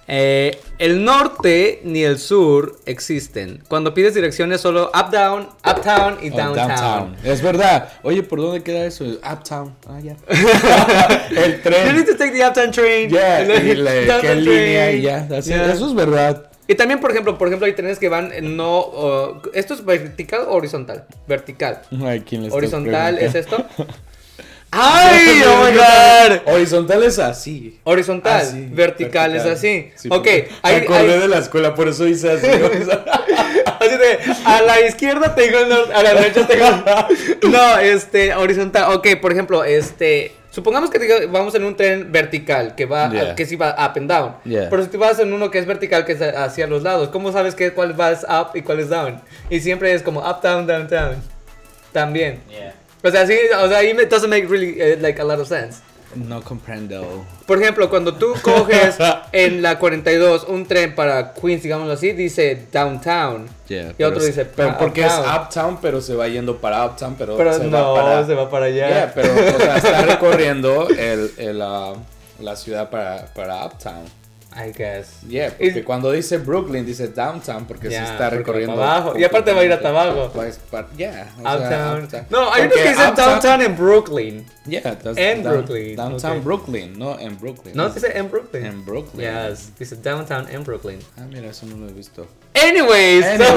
Speaker 2: Eh, el norte ni el sur existen. Cuando pides direcciones solo up down, uptown y
Speaker 1: Oh,
Speaker 2: downtown.
Speaker 1: downtown. Es verdad. Oye, ¿por dónde queda eso? Uptown. Ah, ya. el
Speaker 2: You
Speaker 1: tren.
Speaker 2: need to take the uptown train.
Speaker 1: Yeah,
Speaker 2: El
Speaker 1: y le-
Speaker 2: downtown
Speaker 1: qué línea y
Speaker 2: train.
Speaker 1: ya. así-
Speaker 2: Yeah.
Speaker 1: Eso es verdad.
Speaker 2: Y también, por ejemplo, por ejemplo, hay trenes que van eh, no... uh, ¿Esto es vertical o horizontal? Vertical.
Speaker 1: Ay, ¿quién le está
Speaker 2: Horizontal es
Speaker 1: preguntando?
Speaker 2: esto. ¡Ay, oh my god!
Speaker 1: Horizontal es así.
Speaker 2: Horizontal,
Speaker 1: Así,
Speaker 2: vertical, es así.
Speaker 1: Ah, Sí,
Speaker 2: ok,
Speaker 1: porque
Speaker 2: hay-
Speaker 1: me acordé
Speaker 2: hay-
Speaker 1: de la escuela, por eso hice así. o sea,
Speaker 2: Así de, a la izquierda tengo el norte, a la derecha tengo. No, este, horizontal. Ok, por ejemplo, este. Supongamos que diga- vamos en un tren vertical que va,
Speaker 1: Yeah.
Speaker 2: que sí va up and down.
Speaker 1: Yeah.
Speaker 2: Pero si tú vas en uno que es vertical, que es a- hacia los lados, ¿cómo sabes que cuál vas up y cuál es down? Y siempre es como up, down, down, down. También.
Speaker 3: Yeah.
Speaker 2: O sea, sí, o sea, it doesn't make really eh, like a lot of sense.
Speaker 1: no comprendo.
Speaker 2: Por ejemplo, cuando tú coges en la 42 un tren para Queens, digámoslo así, dice downtown.
Speaker 1: Yeah,
Speaker 2: y
Speaker 1: pero
Speaker 2: otro
Speaker 1: es-
Speaker 2: dice
Speaker 1: pero porque es
Speaker 2: uptown.
Speaker 1: uptown, pero se va yendo para uptown, pero,
Speaker 2: Pero
Speaker 1: se va
Speaker 2: no,
Speaker 1: para
Speaker 2: se va para allá.
Speaker 1: Yeah, pero o sea, está recorriendo el, el, ah, la ciudad para, para uptown.
Speaker 2: I guess.
Speaker 1: Yeah, porque
Speaker 2: Y-
Speaker 1: cuando dice Brooklyn dice downtown porque
Speaker 2: Yeah,
Speaker 1: se está
Speaker 2: porque
Speaker 1: recorriendo
Speaker 2: para abajo. Y aparte va a ir hasta abajo.
Speaker 1: Pues, pa- yeah, o sea,
Speaker 2: Uptown.
Speaker 1: uptown.
Speaker 2: No, hay unos
Speaker 1: Porque
Speaker 2: que dicen
Speaker 1: uptown-
Speaker 2: downtown en Brooklyn.
Speaker 1: Yeah, that's
Speaker 2: En
Speaker 1: down-
Speaker 2: Brooklyn,
Speaker 1: Downtown
Speaker 2: okay.
Speaker 1: Brooklyn, no en Brooklyn.
Speaker 2: No,
Speaker 1: Es
Speaker 2: dice en Brooklyn.
Speaker 1: en Brooklyn.
Speaker 2: Yes, dice downtown en Brooklyn.
Speaker 1: Ah, mira, eso no lo he visto.
Speaker 2: Anyways,
Speaker 1: Anyway,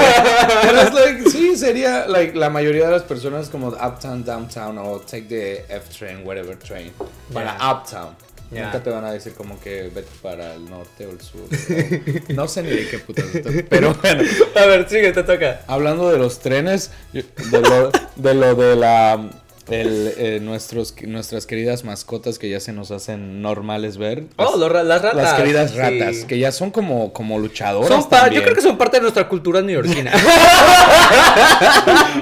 Speaker 1: pero es like, sí, sería like la mayoría de las personas como uptown, downtown o take the F train, whatever train para
Speaker 2: Yeah.
Speaker 1: uptown.
Speaker 2: Yeah.
Speaker 1: Nunca te van a decir como que vete para el norte o el sur. o- No sé ni de qué putas estoy, pero bueno.
Speaker 2: a ver, sigue, te toca.
Speaker 1: Hablando de los trenes, yo- de lo de, lo de la el, eh, nuestros nuestras queridas mascotas que ya se nos hacen normales ver.
Speaker 2: Oh, lo ra- las ratas.
Speaker 1: Las queridas
Speaker 2: sí.
Speaker 1: ratas, que ya son como, como luchadoras.
Speaker 2: Son pa- yo
Speaker 1: también.
Speaker 2: creo que son parte de nuestra cultura neoyorquina.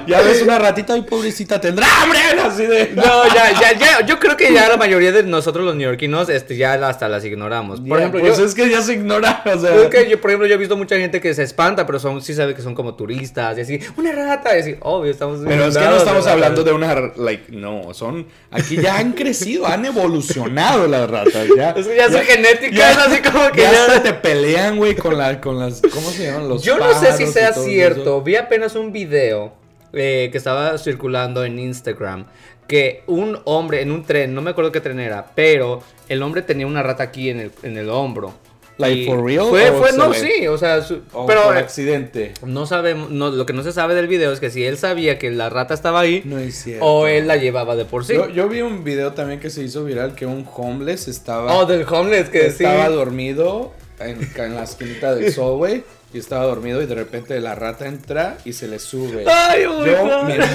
Speaker 1: Ya ves una ratita y pobrecita tendrá hambre, así de.
Speaker 2: No, ya, ya, ya. Yo creo que ya la mayoría de nosotros los neoyorquinos, este, ya hasta las ignoramos. Por ejemplo,
Speaker 1: pues
Speaker 2: yo,
Speaker 1: es que ya se ignora, o sea.
Speaker 2: es que yo, por ejemplo, yo he visto mucha gente que se espanta, pero son, sí sabe que son como turistas y así, una rata, y así, obvio, estamos.
Speaker 1: Pero es que no estamos hablando de una, r- like, no, son, aquí ya han crecido, han evolucionado las ratas, ya.
Speaker 2: Es que ya su genética es así como que
Speaker 1: ya.
Speaker 2: ya-
Speaker 1: hasta te pelean, güey, con, la, con las, ¿cómo se llaman? Los
Speaker 2: Yo no sé
Speaker 1: pájaros
Speaker 2: si
Speaker 1: y
Speaker 2: sea
Speaker 1: todo
Speaker 2: cierto.
Speaker 1: eso.
Speaker 2: Vi apenas un video eh, que estaba circulando en Instagram que un hombre en un tren, no me acuerdo qué tren era, pero el hombre tenía una rata aquí en el, en el hombro.
Speaker 1: Like,
Speaker 2: Y
Speaker 1: for real,
Speaker 2: Fue,
Speaker 1: o
Speaker 2: fue-
Speaker 1: se
Speaker 2: no,
Speaker 1: le- Oh,
Speaker 2: sí, o sea, su-
Speaker 1: O
Speaker 2: pero
Speaker 1: por
Speaker 2: eh,
Speaker 1: accidente.
Speaker 2: no sabemos, no, lo que no se sabe del video es que si él sabía que la rata estaba ahí
Speaker 1: No es cierto.
Speaker 2: o él la llevaba de por sí.
Speaker 1: Yo, yo vi un video también que se hizo viral que un homeless estaba...
Speaker 2: Oh, del homeless que sí.
Speaker 1: estaba dormido en, en la esquinita del subway y estaba dormido y de repente la rata entra y se le sube.
Speaker 2: Ay, oh my
Speaker 1: Yo
Speaker 2: God.
Speaker 1: me muero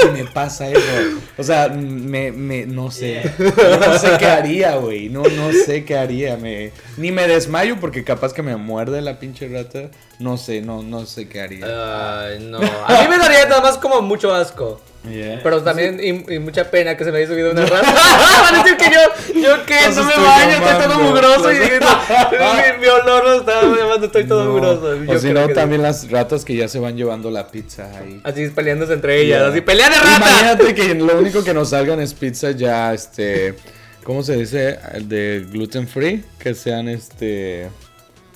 Speaker 1: si me pasa eso. O sea, me, me no sé. Yo No sé qué haría, güey. No, no sé qué haría. Me, ni me desmayo porque capaz que me muerde la pinche rata. No sé, no, no sé qué
Speaker 2: Ah,
Speaker 1: haría.
Speaker 2: Ay, no. A mí me daría nada más como mucho asco.
Speaker 1: Yeah.
Speaker 2: Pero también, y, y mucha pena que se me haya subido una rata. Van a decir que yo, yo qué,
Speaker 1: Los
Speaker 2: no me
Speaker 1: estoy
Speaker 2: baño, estoy todo
Speaker 1: mamando.
Speaker 2: mugroso. Y digo, mi, mi olor no está llamando, estoy todo
Speaker 1: No.
Speaker 2: mugroso. Yo
Speaker 1: O si
Speaker 2: creo
Speaker 1: no,
Speaker 2: que-
Speaker 1: también las ratas que ya se van llevando la pizza ahí.
Speaker 2: Así peleándose entre ellas,
Speaker 1: Yeah.
Speaker 2: así, pelea de rata.
Speaker 1: Imagínate que lo único que nos salgan es pizza ya, este, ¿cómo se dice? De gluten free, que sean, este,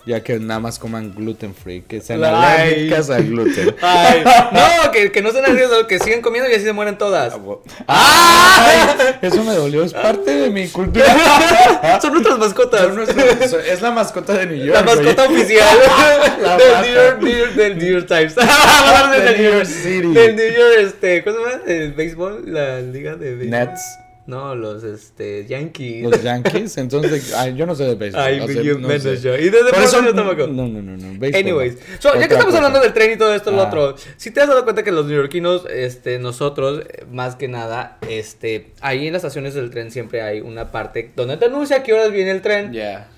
Speaker 1: ya que nada más coman gluten free, que sean
Speaker 2: Ay.
Speaker 1: alérgicas al gluten.
Speaker 2: Ay, no, que, que no sean nerviosos, que sigan comiendo y así se mueren todas.
Speaker 1: Ay, Eso me dolió, es parte de mi cultura.
Speaker 2: Ah, Son nuestras mascotas.
Speaker 1: Son nuestras- son- es la mascota de New York.
Speaker 2: La
Speaker 1: güey.
Speaker 2: mascota oficial
Speaker 1: La
Speaker 2: del,
Speaker 1: rata.
Speaker 2: New York, New York- del New York Times. Vamos a hablar
Speaker 1: Del
Speaker 2: del
Speaker 1: New York City.
Speaker 2: Del New York, este, ¿cómo se llama? El béisbol, la liga de béisbol.
Speaker 1: Nets,
Speaker 2: No, los este, Yankees.
Speaker 1: los Yankees, entonces, ay, yo no sé de béisbol.
Speaker 2: Ay,
Speaker 1: o sea,
Speaker 2: yo
Speaker 1: no
Speaker 2: menos
Speaker 1: sé.
Speaker 2: yo. Y de
Speaker 1: Por
Speaker 2: deporte
Speaker 1: eso-
Speaker 2: yo tampoco.
Speaker 1: No, no, no, no. béisbol.
Speaker 2: Anyways, so, ya
Speaker 1: Otra
Speaker 2: que estamos
Speaker 1: cosa.
Speaker 2: hablando del tren y todo esto, lo
Speaker 1: Ah.
Speaker 2: otro, si te has dado cuenta que los neoyorquinos, este, nosotros, eh, más que nada, este, ahí en las estaciones del tren siempre hay una parte donde te anuncia a qué horas viene el tren.
Speaker 1: Yeah.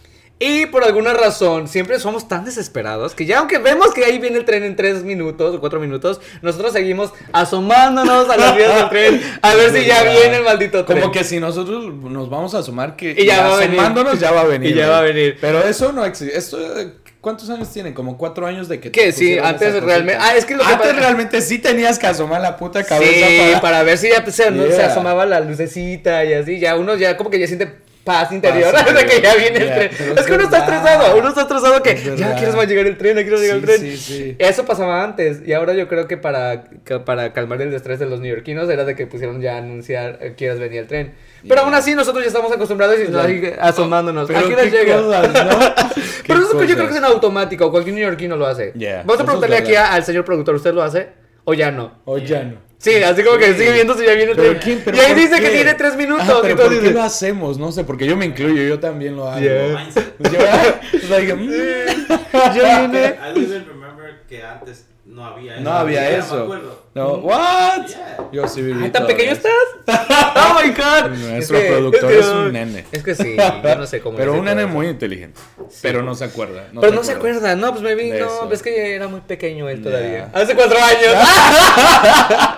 Speaker 2: Y por alguna razón, siempre somos tan desesperados que ya aunque vemos que ahí viene el tren en tres minutos o cuatro minutos, nosotros seguimos asomándonos a las vías del tren a ver si ya viene el maldito tren.
Speaker 1: Como que si nosotros nos vamos a asomar que
Speaker 2: Y ya va a venir.
Speaker 1: asomándonos ya va a venir.
Speaker 2: Y ya
Speaker 1: güey.
Speaker 2: va a venir.
Speaker 1: Pero eso no existe. Esto, eh, ¿Cuántos años tienen? Como cuatro años de que.
Speaker 2: Que
Speaker 1: te
Speaker 2: sí,
Speaker 1: pusieron
Speaker 2: antes
Speaker 1: esa
Speaker 2: realmente-
Speaker 1: cosita.
Speaker 2: ah, es que lo que
Speaker 1: antes
Speaker 2: pasa-
Speaker 1: realmente sí tenías que asomar la puta cabeza
Speaker 2: Sí, para... ver si ya se, no, se
Speaker 1: Yeah.
Speaker 2: asomaba la lucecita y así. Ya uno ya como que ya siente paz interior
Speaker 1: Paz
Speaker 2: de que ya
Speaker 1: interior,
Speaker 2: viene
Speaker 1: yeah,
Speaker 2: el
Speaker 1: pero
Speaker 2: tren. Es
Speaker 1: es
Speaker 2: que uno está
Speaker 1: verdad.
Speaker 2: estresado, uno está estresado que
Speaker 1: Es
Speaker 2: ya
Speaker 1: verdad.
Speaker 2: quiero más llegar el tren, ya quiero llegar el
Speaker 1: Sí,
Speaker 2: tren.
Speaker 1: sí, sí.
Speaker 2: Eso pasaba antes y ahora yo creo que para, que para calmar el estrés de los neoyorquinos era de que pusieron ya a anunciar eh, quieras venir el tren. Pero aún así nosotros ya estamos acostumbrados y nos ahí asomándonos.
Speaker 1: Pero
Speaker 2: ¿A qué hora
Speaker 1: qué
Speaker 2: llega?
Speaker 1: cosas, ¿no? Qué
Speaker 2: Pero eso yo creo
Speaker 1: cosas.
Speaker 2: que es en automático, cualquier neoyorquino lo hace.
Speaker 1: Yeah.
Speaker 2: Vamos
Speaker 1: Eso
Speaker 2: a
Speaker 1: es
Speaker 2: preguntarle aquí
Speaker 1: verdad.
Speaker 2: a- al señor productor, ¿usted lo hace? ¿O ya no?
Speaker 1: O ya no.
Speaker 2: Sí, así como que sigue viendo si ya viene el
Speaker 1: Pero
Speaker 2: tren.
Speaker 1: ¿quién- pero
Speaker 2: Y ahí
Speaker 1: por
Speaker 2: dice que
Speaker 1: qué?
Speaker 2: tiene tres minutos.
Speaker 1: Ajá, pero ¿por
Speaker 2: entonces
Speaker 1: qué
Speaker 2: dice,
Speaker 1: lo hacemos? No sé, porque yo me incluyo, yo también lo hago.
Speaker 2: Yeah.
Speaker 1: Yo, it's like, mm,
Speaker 2: ya viene.
Speaker 3: I don't even remember que antes no había eso.
Speaker 1: no había
Speaker 3: Ya Me
Speaker 1: eso.
Speaker 3: acuerdo. Mm.
Speaker 1: No, what?
Speaker 3: Yeah.
Speaker 1: Yo sí viví.
Speaker 2: Ay, ¿Ah, ¿Tan
Speaker 1: todo
Speaker 2: pequeño
Speaker 1: eso.
Speaker 2: estás? ¡Oh, my God!
Speaker 1: Nuestro productor es un nene.
Speaker 2: Es que uh, sí, yo no sé cómo
Speaker 1: Pero
Speaker 2: le
Speaker 1: un
Speaker 2: hace
Speaker 1: nene
Speaker 2: todo
Speaker 1: muy inteligente. Pero no se acuerda.
Speaker 2: Pero no se acuerda, no, pues me vi,
Speaker 1: De
Speaker 2: no,
Speaker 1: eso.
Speaker 2: pues es que era muy pequeño él
Speaker 1: Ya.
Speaker 2: todavía. Hace cuatro años.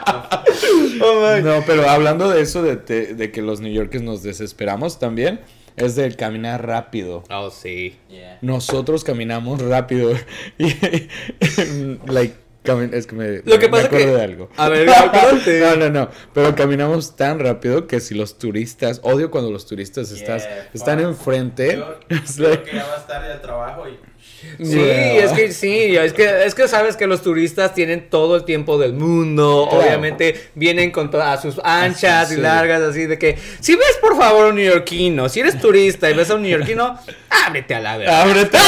Speaker 2: oh my.
Speaker 1: No, pero hablando de eso, de, te- de que los neoyorquines nos desesperamos también, es del caminar rápido.
Speaker 2: Oh, sí.
Speaker 3: Yeah.
Speaker 1: Nosotros caminamos rápido. Y, like, cami- es que me,
Speaker 2: Lo que
Speaker 1: me
Speaker 2: pasa
Speaker 1: acuerdo
Speaker 2: que-
Speaker 1: de algo.
Speaker 2: A ver, acuérdate.
Speaker 1: No, no, no. Pero caminamos tan rápido que si los turistas, odio cuando los turistas
Speaker 3: Yeah,
Speaker 1: estás,
Speaker 3: fuck.
Speaker 1: están enfrente.
Speaker 3: Yo,
Speaker 1: It's
Speaker 3: creo
Speaker 1: like,
Speaker 3: que ya vas tarde al trabajo y
Speaker 2: Sí,
Speaker 1: yeah.
Speaker 2: es que sí, es que, es que sabes que los turistas tienen todo el tiempo del mundo,
Speaker 1: Claro.
Speaker 2: obviamente vienen con todas a sus anchas
Speaker 1: Así,
Speaker 2: y
Speaker 1: sí.
Speaker 2: largas, así de que, si ves por favor a un neoyorquino, si eres turista y ves a un neoyorquino, ábrete a la verga.
Speaker 1: Ábrete.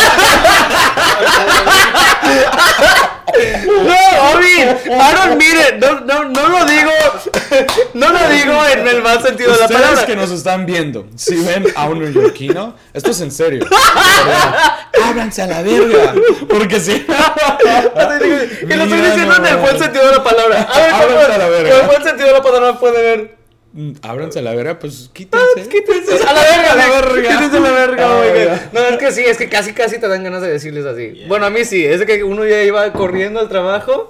Speaker 2: No, Obi, I don't mean it. No, no, no lo digo. No lo digo en el mal sentido de la
Speaker 1: Ustedes
Speaker 2: palabra.
Speaker 1: que nos están viendo, si ven a un neoyorquino, esto es en serio. Pero, Ábranse a la verga. Porque si
Speaker 2: Que lo estoy
Speaker 1: Mira
Speaker 2: diciendo en el
Speaker 1: nomás.
Speaker 2: buen sentido de la palabra. A ver,
Speaker 1: Ábranse
Speaker 2: ¿cómo-
Speaker 1: a la verga.
Speaker 2: ¿Con buen sentido de la palabra puede ver?
Speaker 1: Mm, Ábranse a la verga, pues quítense.
Speaker 2: Quítense a la verga,
Speaker 1: A la
Speaker 2: Vic.
Speaker 1: verga.
Speaker 2: Quítense a la verga,
Speaker 1: A la
Speaker 2: oh my God.
Speaker 1: verga.
Speaker 2: No, es que sí, es que casi casi te dan ganas de decirles así. Bueno, a mí sí, es que uno ya iba corriendo al trabajo.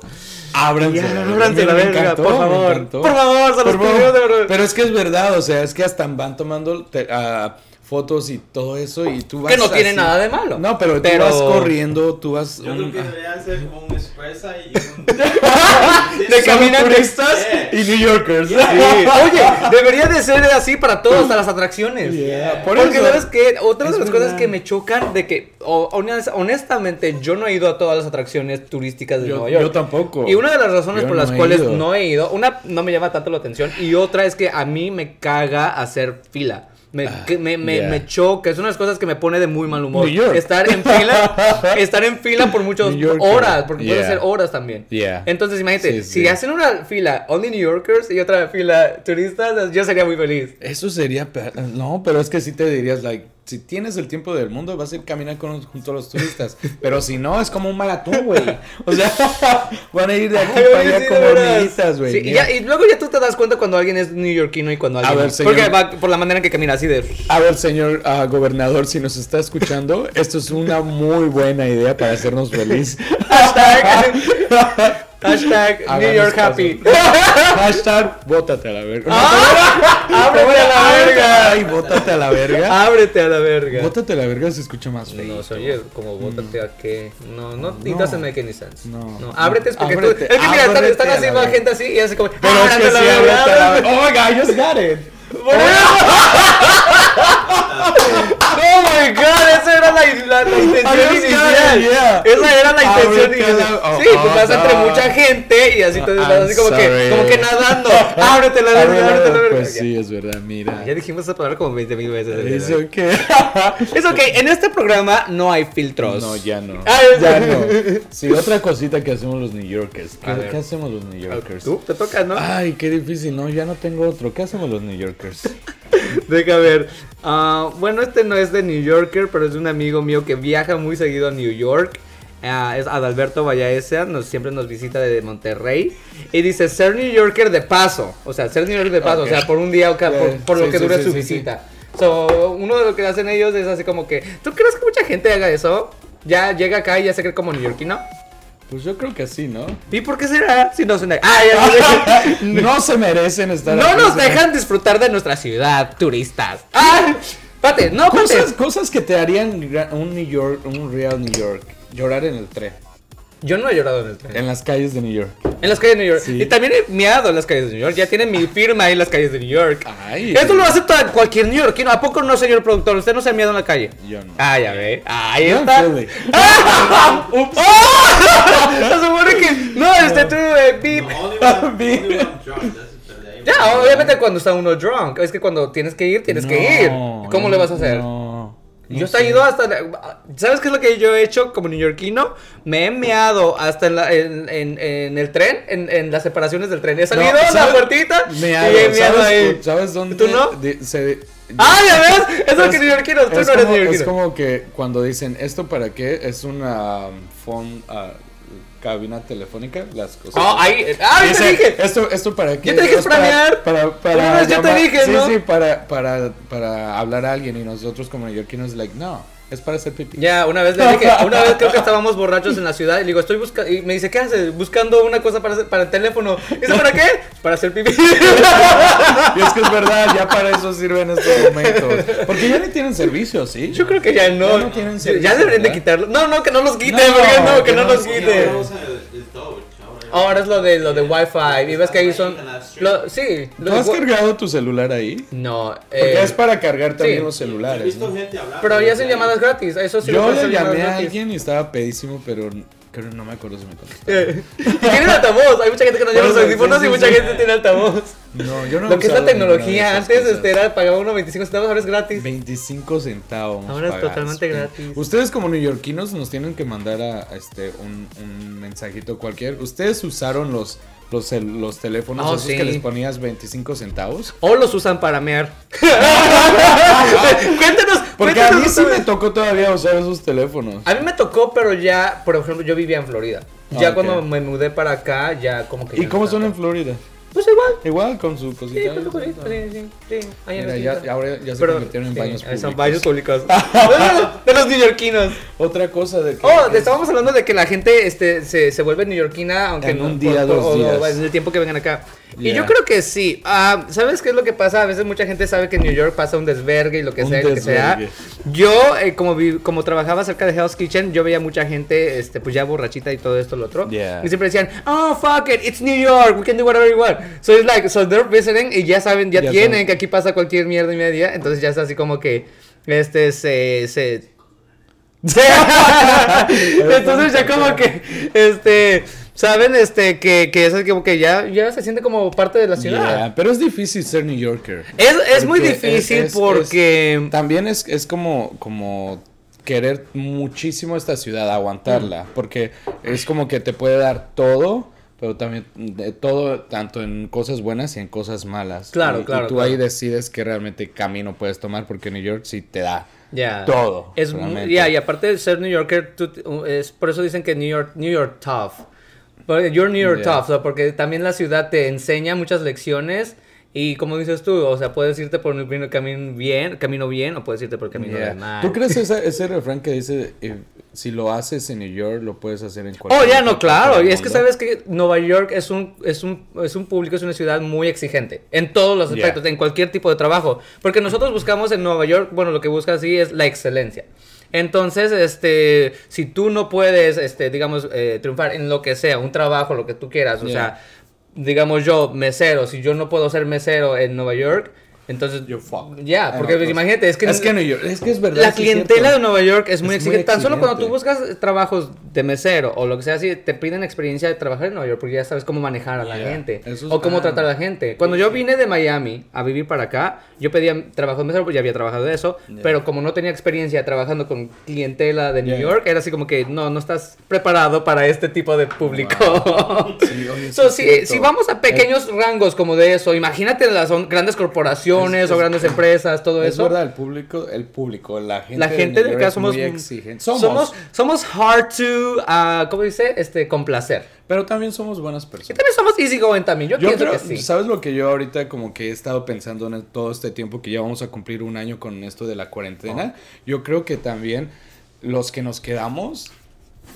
Speaker 1: Ábranse,
Speaker 2: Ya,
Speaker 1: a
Speaker 2: ábranse a la
Speaker 1: Me
Speaker 2: verga,
Speaker 1: encantó,
Speaker 2: por
Speaker 1: me
Speaker 2: favor.
Speaker 1: encantó.
Speaker 2: Por favor, se los
Speaker 1: Por favor.
Speaker 2: pido de verdad.
Speaker 1: Pero es que es verdad, o sea, es que hasta van tomando te- ah, fotos y todo eso y tú vas
Speaker 2: Que no tiene
Speaker 1: así.
Speaker 2: nada de malo.
Speaker 1: No, pero,
Speaker 2: Pero-
Speaker 1: tú vas corriendo, tú vas
Speaker 3: yo
Speaker 1: un-
Speaker 3: creo que debería ser como un expresa y un.
Speaker 2: De caminar
Speaker 1: turistas
Speaker 3: Yeah.
Speaker 1: y New Yorkers.
Speaker 2: Sí. Oye, debería de ser así para todas las atracciones.
Speaker 1: Yeah, por
Speaker 2: Porque
Speaker 1: eso.
Speaker 2: sabes que otra de
Speaker 1: Es
Speaker 2: las cosas
Speaker 1: verdad.
Speaker 2: que me chocan de que o- honest- honestamente yo no he ido a todas las atracciones turísticas de
Speaker 1: Yo-
Speaker 2: Nueva York.
Speaker 1: yo tampoco.
Speaker 2: Y una de las razones
Speaker 1: Yo
Speaker 2: por
Speaker 1: no
Speaker 2: las
Speaker 1: he
Speaker 2: cuales
Speaker 1: ido.
Speaker 2: no he ido, una no me llama tanto la atención y otra es que a mí me caga hacer fila. Me, que- me, me-
Speaker 1: yeah.
Speaker 2: me choca, es una de las cosas que me pone de muy mal humor.
Speaker 1: Ah, New York.
Speaker 2: Estar en fila, estar en fila por muchas
Speaker 1: New Yorker.
Speaker 2: horas, porque puede
Speaker 1: Yeah.
Speaker 2: ser horas también.
Speaker 1: Yeah.
Speaker 2: Entonces, imagínate,
Speaker 1: Sí,
Speaker 2: si
Speaker 1: sí.
Speaker 2: hacen una fila only New Yorkers y otra fila turistas, yo sería muy feliz.
Speaker 1: Eso sería. pe- No, pero es que sí te dirías, like, si tienes el tiempo del mundo, vas a ir caminando con, los- junto a los turistas. Pero si no, es como un maratón, güey. O sea, van a ir de aquí
Speaker 2: Ay,
Speaker 1: para
Speaker 2: oye,
Speaker 1: allá
Speaker 2: Ah, sí,
Speaker 1: como
Speaker 2: de veras.
Speaker 1: hormiguitas, güey.
Speaker 2: Sí, y,
Speaker 1: Mira.
Speaker 2: ya- y luego ya tú te das cuenta cuando alguien es neoyorquino y cuando
Speaker 1: A
Speaker 2: alguien
Speaker 1: ver,
Speaker 2: no.
Speaker 1: señor.
Speaker 2: Porque va por la manera en que camina así de...
Speaker 1: A ver, señor ah, gobernador, si nos está escuchando, esto es una muy buena idea para hacernos feliz.
Speaker 2: Hashtag, hashtag
Speaker 1: Háganos
Speaker 2: New York
Speaker 1: caso.
Speaker 2: Happy.
Speaker 1: Hashtag, bótate a la verga.
Speaker 2: Ah, Ábrete a la verga. Ah,
Speaker 1: Ay, bótate a la verga.
Speaker 2: Ábrete a la verga.
Speaker 1: Bótate a la verga se escucha más feo.
Speaker 2: No, soy yo, como bótate a que... No, no, it doesn't make any sense.
Speaker 1: No.
Speaker 2: ábrete es porque
Speaker 1: Ábrete,
Speaker 2: tú... Es que mira, están,
Speaker 1: ábrete
Speaker 2: están
Speaker 1: a
Speaker 2: así
Speaker 1: la
Speaker 2: va
Speaker 1: verga.
Speaker 2: gente así y hace como...
Speaker 1: Pero es
Speaker 2: ábrete
Speaker 1: que
Speaker 2: a la
Speaker 1: sí,
Speaker 2: verga,
Speaker 1: ahorita Ah, la-
Speaker 2: ábrete.
Speaker 1: Oh my god, I just got it.
Speaker 2: Oh my god, esa era la, la- la intención
Speaker 1: Ay,
Speaker 2: inicial.
Speaker 1: yeah.
Speaker 2: Esa era la
Speaker 1: Ah,
Speaker 2: intención
Speaker 1: ahorita
Speaker 2: inicial.
Speaker 1: la- oh,
Speaker 2: sí, pues
Speaker 1: oh,
Speaker 2: vas entre
Speaker 1: no.
Speaker 2: mucha gente y así te
Speaker 1: I'm
Speaker 2: vas así como que,
Speaker 1: sorry.
Speaker 2: como que nadando. Ábrete la verga, ábrete la verga.
Speaker 1: Pues
Speaker 2: Ya.
Speaker 1: sí, es verdad, mira.
Speaker 2: Ya dijimos esa palabra como 20 mil veces.
Speaker 1: Dice que.
Speaker 2: Es ok, en este programa no hay filtros.
Speaker 1: No, ya no.
Speaker 2: Ah, es-
Speaker 1: Ya no. Sí, otra cosita que hacemos los New Yorkers.
Speaker 2: A
Speaker 1: ¿Qué,
Speaker 2: ver.
Speaker 1: qué hacemos los New Yorkers?
Speaker 2: Tú, te toca, ¿no?
Speaker 1: Ay, qué difícil, no, ya no tengo otro. ¿Qué hacemos los New Yorkers?
Speaker 2: Deja ver. Ah, bueno, este no es de New Yorker, pero es de un amigo mío que viaja muy seguido a New York. Ah, es Adalberto Vallaesa, nos, siempre nos visita desde Monterrey. Y dice, ser New Yorker de paso. O sea, ser New Yorker de paso,
Speaker 1: Ok.
Speaker 2: o sea, por un día o ca-
Speaker 1: Ya,
Speaker 2: por, por lo
Speaker 1: sí,
Speaker 2: que
Speaker 1: sí,
Speaker 2: dure
Speaker 1: sí,
Speaker 2: su
Speaker 1: sí, sí.
Speaker 2: visita. So, uno de lo que hacen ellos es así como que, ¿tú crees que mucha gente haga eso? Ya llega acá y ya se cree como neoyorquino.
Speaker 1: Pues yo creo que sí, ¿no?
Speaker 2: ¿Y por qué será? Si no son de- Ah, ya sé.
Speaker 1: No se merecen estar
Speaker 2: No
Speaker 1: aquí,
Speaker 2: nos
Speaker 1: se-
Speaker 2: dejan disfrutar de nuestra ciudad, turistas. ¡Ah! Pate, no,
Speaker 1: Cosas,
Speaker 2: pate.
Speaker 1: cosas que te harían gra- un New York, un real New York. Llorar en el tren,
Speaker 2: Yo no he llorado en el tren.
Speaker 1: en las calles de New York.
Speaker 2: En las calles de New York.
Speaker 1: Eh. Sí.
Speaker 2: Y también he miado en las calles de New York. Ya tiene mi firma ahí en las calles de New York.
Speaker 1: Ay.
Speaker 2: Esto lo acepta cualquier neoyorquino. ¿A poco no, señor productor? ¿Usted no se ha miado en la calle?
Speaker 1: Yo no.
Speaker 2: Ah, ya ve. Ahí
Speaker 1: Yo en
Speaker 2: está.
Speaker 1: Philly.
Speaker 2: ¡Ah! ¡Ah! Se supone que. No, este tú, eh, pip.
Speaker 3: No, only one, only one drunk. That's the
Speaker 2: Ya, Ah, obviamente cuando está uno drunk. Es que cuando tienes que ir, tienes que ir.
Speaker 1: No,
Speaker 2: ¿Cómo
Speaker 1: yo-
Speaker 2: le vas a hacer?
Speaker 1: no, no
Speaker 2: Yo he
Speaker 1: sé.
Speaker 2: ido hasta. la- ¿Sabes qué es lo que yo he hecho como neoyorquino? Me he meado hasta en, la- en- en- en el tren, en, en las separaciones del tren. He salido
Speaker 1: No,
Speaker 2: a la
Speaker 1: ¿sabes?
Speaker 2: puertita y
Speaker 1: Me
Speaker 2: he
Speaker 1: hago,
Speaker 2: meado
Speaker 1: ¿sabes,
Speaker 2: ahí.
Speaker 1: ¿Sabes dónde?
Speaker 2: ¿Tú no?
Speaker 1: de- se de-
Speaker 2: ¡Ah, ya ves! Eso es lo que
Speaker 1: Es-
Speaker 2: neoyorquinos. Tú no
Speaker 1: es
Speaker 2: eres
Speaker 1: como,
Speaker 2: neoyorquino.
Speaker 1: Es como que cuando dicen esto para qué es una um, phone, ah, cabina telefónica, las cosas.
Speaker 2: Oh, ahí. ¡Ah, yo te
Speaker 1: Dice,
Speaker 2: dije!
Speaker 1: Esto, esto para qué.
Speaker 2: Yo te dije
Speaker 1: es para-
Speaker 2: planear.
Speaker 1: Para, para,
Speaker 2: Una vez yo te dije,
Speaker 1: sí,
Speaker 2: ¿no?
Speaker 1: Sí, para, para, para hablar a alguien y nosotros como neoyorquinos, like, no, es para hacer pipí.
Speaker 2: Ya, una vez le dije, una vez creo que estábamos borrachos en la ciudad y le digo, estoy buscando, y me dice, ¿qué haces? Buscando una cosa para, hacer- para el teléfono. Y dice, ¿para qué? Para hacer pipí.
Speaker 1: Y es que es verdad, ya para eso sirven estos momentos. Porque ya ni tienen servicio, ¿sí?
Speaker 2: Yo creo que ya no.
Speaker 1: Ya no tienen servicio,
Speaker 2: Ya deberían de
Speaker 1: ¿verdad?
Speaker 2: quitarlo. No, no, que no los quiten,
Speaker 1: No,
Speaker 2: porque no, que,
Speaker 1: que
Speaker 2: no,
Speaker 1: no
Speaker 2: los
Speaker 1: los
Speaker 2: quiten.
Speaker 3: ahora usan el, el touch. Ahora,
Speaker 2: Oh,
Speaker 1: Oh,
Speaker 2: Ahora es lo de lo de Wi-Fi. Y ves que ahí son.
Speaker 3: En la street.
Speaker 2: Lo, sí,
Speaker 1: ¿Tú
Speaker 2: lo de
Speaker 1: has
Speaker 2: wi-
Speaker 1: cargado tu celular ahí?
Speaker 2: No,
Speaker 1: Porque
Speaker 2: eh.
Speaker 1: es para cargar también
Speaker 2: sí.
Speaker 1: los
Speaker 3: He
Speaker 1: celulares.
Speaker 3: visto
Speaker 1: ¿no?
Speaker 3: gente hablando
Speaker 2: Pero ya
Speaker 3: desde
Speaker 2: hacen
Speaker 3: ahí.
Speaker 2: llamadas gratis. Eso sí
Speaker 1: Yo
Speaker 2: puedes
Speaker 1: le
Speaker 2: hacer llamadas
Speaker 1: llamé a
Speaker 2: gratis.
Speaker 1: alguien y estaba pedísimo, pero creo no me acuerdo si me contestó.
Speaker 2: Eh, Y tienen altavoz. Hay mucha gente que no lleva los
Speaker 1: Sí, sí,
Speaker 2: audífonos y
Speaker 1: sí,
Speaker 2: mucha
Speaker 1: sí.
Speaker 2: gente tiene altavoz.
Speaker 1: No, yo no
Speaker 2: Lo que es la tecnología, antes este,
Speaker 1: este
Speaker 2: era pagaba uno 25 centavos, ahora es gratis.
Speaker 1: 25 centavos.
Speaker 2: Ahora es
Speaker 1: pagados.
Speaker 2: totalmente gratis.
Speaker 1: Ustedes como neoyorquinos nos tienen que mandar a, a este un, un mensajito cualquier. ¿Ustedes usaron los los, cel- los teléfonos
Speaker 2: Oh,
Speaker 1: esos
Speaker 2: sí.
Speaker 1: que les ponías 25 centavos?
Speaker 2: O los usan para mear. cuéntanos,
Speaker 1: Porque a
Speaker 2: cuéntanos
Speaker 1: mí sí
Speaker 2: otra vez.
Speaker 1: me tocó todavía usar esos teléfonos.
Speaker 2: A mí me tocó, pero ya, por ejemplo, yo vivía en Florida.
Speaker 1: Ah,
Speaker 2: Ya
Speaker 1: ok.
Speaker 2: cuando me mudé para acá, ya como que.
Speaker 1: ¿Y
Speaker 2: ya
Speaker 1: cómo
Speaker 2: no
Speaker 1: son en
Speaker 2: tanto.
Speaker 1: Florida?
Speaker 2: Pues igual.
Speaker 1: Igual con su
Speaker 2: Sí,
Speaker 1: cosita.
Speaker 2: pues, pues, sí, sí, sí. Ahí en la
Speaker 1: Mira, ya,
Speaker 2: esquina.
Speaker 1: ya ahora ya se
Speaker 2: Pero,
Speaker 1: convirtieron en
Speaker 2: sí,
Speaker 1: baños
Speaker 2: ahí
Speaker 1: públicos.
Speaker 2: Son baños públicos. de los neoyorquinos.
Speaker 1: Otra cosa de que...
Speaker 2: Oh, te estábamos hablando de que la gente este, se, se vuelve neoyorquina, aunque
Speaker 1: En
Speaker 2: no-
Speaker 1: un día, dos
Speaker 2: o- o-
Speaker 1: días.
Speaker 2: o en el tiempo que vengan acá. Y yo
Speaker 1: Yeah.
Speaker 2: creo que sí. Ah, ¿Sabes qué es lo que pasa? A veces mucha gente sabe que en New York pasa un desvergue y lo que
Speaker 1: Un
Speaker 2: sea. que sea.
Speaker 1: desvergue.
Speaker 2: Yo, eh, como, vi- como trabajaba cerca de Hell's Kitchen, yo veía mucha gente, este, pues ya borrachita y todo esto, lo otro.
Speaker 1: Yeah.
Speaker 2: Y siempre decían, oh, fuck it, it's New York, we can do whatever we want. So it's like, so they're visiting y ya saben, ya,
Speaker 1: Ya
Speaker 2: tienen
Speaker 1: saben.
Speaker 2: que aquí pasa cualquier mierda y media. Entonces ya es así como que, este, se- se entonces ya como que, este, saben, este, que, que eso es como que ya, ya se siente como parte de la ciudad.
Speaker 1: Yeah, pero es difícil ser New Yorker.
Speaker 2: Es, es muy
Speaker 1: Porque
Speaker 2: difícil
Speaker 1: es- es-
Speaker 2: porque...
Speaker 1: es- también es, es como, como querer muchísimo esta ciudad,
Speaker 2: Mm.
Speaker 1: aguantarla. Porque es como que te puede dar todo, pero también de todo, tanto en cosas buenas y en cosas malas.
Speaker 2: Claro,
Speaker 1: Y- y
Speaker 2: claro,
Speaker 1: tú
Speaker 2: claro.
Speaker 1: ahí decides qué realmente camino puedes tomar, porque New York sí te da.
Speaker 2: ya
Speaker 1: todo,
Speaker 2: Es muy-
Speaker 1: realmente.
Speaker 2: ya, y aparte de ser New Yorker, tú te- uh, es, por eso dicen que New York, New York tough. But you're New York
Speaker 1: Yeah.
Speaker 2: tough, o sea, porque también la ciudad te enseña muchas lecciones. Y como dices tú, o sea, puedes irte por el camino- camino bien, camino bien o puedes irte por el camino
Speaker 1: Yeah.
Speaker 2: de mal.
Speaker 1: ¿Tú crees esa- ese refrán que dice, "If- si lo haces en New York, lo puedes hacer en cualquier
Speaker 2: Oh, ya,
Speaker 1: otra
Speaker 2: no,
Speaker 1: parte
Speaker 2: claro.
Speaker 1: del
Speaker 2: Y es que
Speaker 1: mundo"?
Speaker 2: sabes que Nueva York es un, es un, es un público, es una ciudad muy exigente. En todos los
Speaker 1: Yeah.
Speaker 2: aspectos, en cualquier tipo de trabajo. Porque nosotros buscamos en Nueva York, bueno, lo que busca así es la excelencia. Entonces, este, si tú no puedes, este, digamos, eh, triunfar en lo que sea, un trabajo, lo que tú quieras, o
Speaker 1: Yeah.
Speaker 2: sea, digamos yo, mesero, si yo no puedo ser mesero en Nueva York, entonces...
Speaker 1: You're fucked.
Speaker 2: Ya, porque pues,
Speaker 1: Ah, no,
Speaker 2: imagínate, es que...
Speaker 1: Es que New York, es que es verdad.
Speaker 2: La
Speaker 1: sí es cierto.
Speaker 2: clientela de Nueva York es muy
Speaker 1: Es muy
Speaker 2: exigente. Tan solo cuando tú
Speaker 1: exigente.
Speaker 2: buscas trabajos de mesero o lo que sea así, te piden experiencia de trabajar en Nueva York porque ya sabes cómo manejar a la
Speaker 1: Yeah.
Speaker 2: gente
Speaker 1: Eso es
Speaker 2: o cómo
Speaker 1: verdad.
Speaker 2: tratar a la gente. Cuando yo vine de Miami a vivir para acá, yo pedía trabajo de mesero porque ya había trabajado de eso, pero como no tenía experiencia trabajando con clientela de New
Speaker 1: Yeah.
Speaker 2: York, era así como que no, no estás preparado para este tipo de público.
Speaker 1: Sí, oye, sí
Speaker 2: So,
Speaker 1: es
Speaker 2: si,
Speaker 1: cierto. Eh,
Speaker 2: si vamos a pequeños rangos como de eso, imagínate las son grandes corporaciones
Speaker 1: Es-
Speaker 2: o
Speaker 1: es-
Speaker 2: grandes empresas, todo
Speaker 1: Es
Speaker 2: eso.
Speaker 1: verdad, el público, el público, la gente.
Speaker 2: La gente
Speaker 1: New
Speaker 2: de
Speaker 1: York
Speaker 2: acá
Speaker 1: es
Speaker 2: somos
Speaker 1: muy exigente. Somos,
Speaker 2: Somos, somos, hard to, ah, ¿cómo dice? Este, complacer.
Speaker 1: pero también somos buenas personas.
Speaker 2: También somos easygoing también, yo,
Speaker 1: Yo
Speaker 2: pienso
Speaker 1: creo,
Speaker 2: que sí.
Speaker 1: ¿sabes lo que yo ahorita como que he estado pensando en todo este tiempo que ya vamos a cumplir un año con esto de la cuarentena? Yo creo que también los que nos quedamos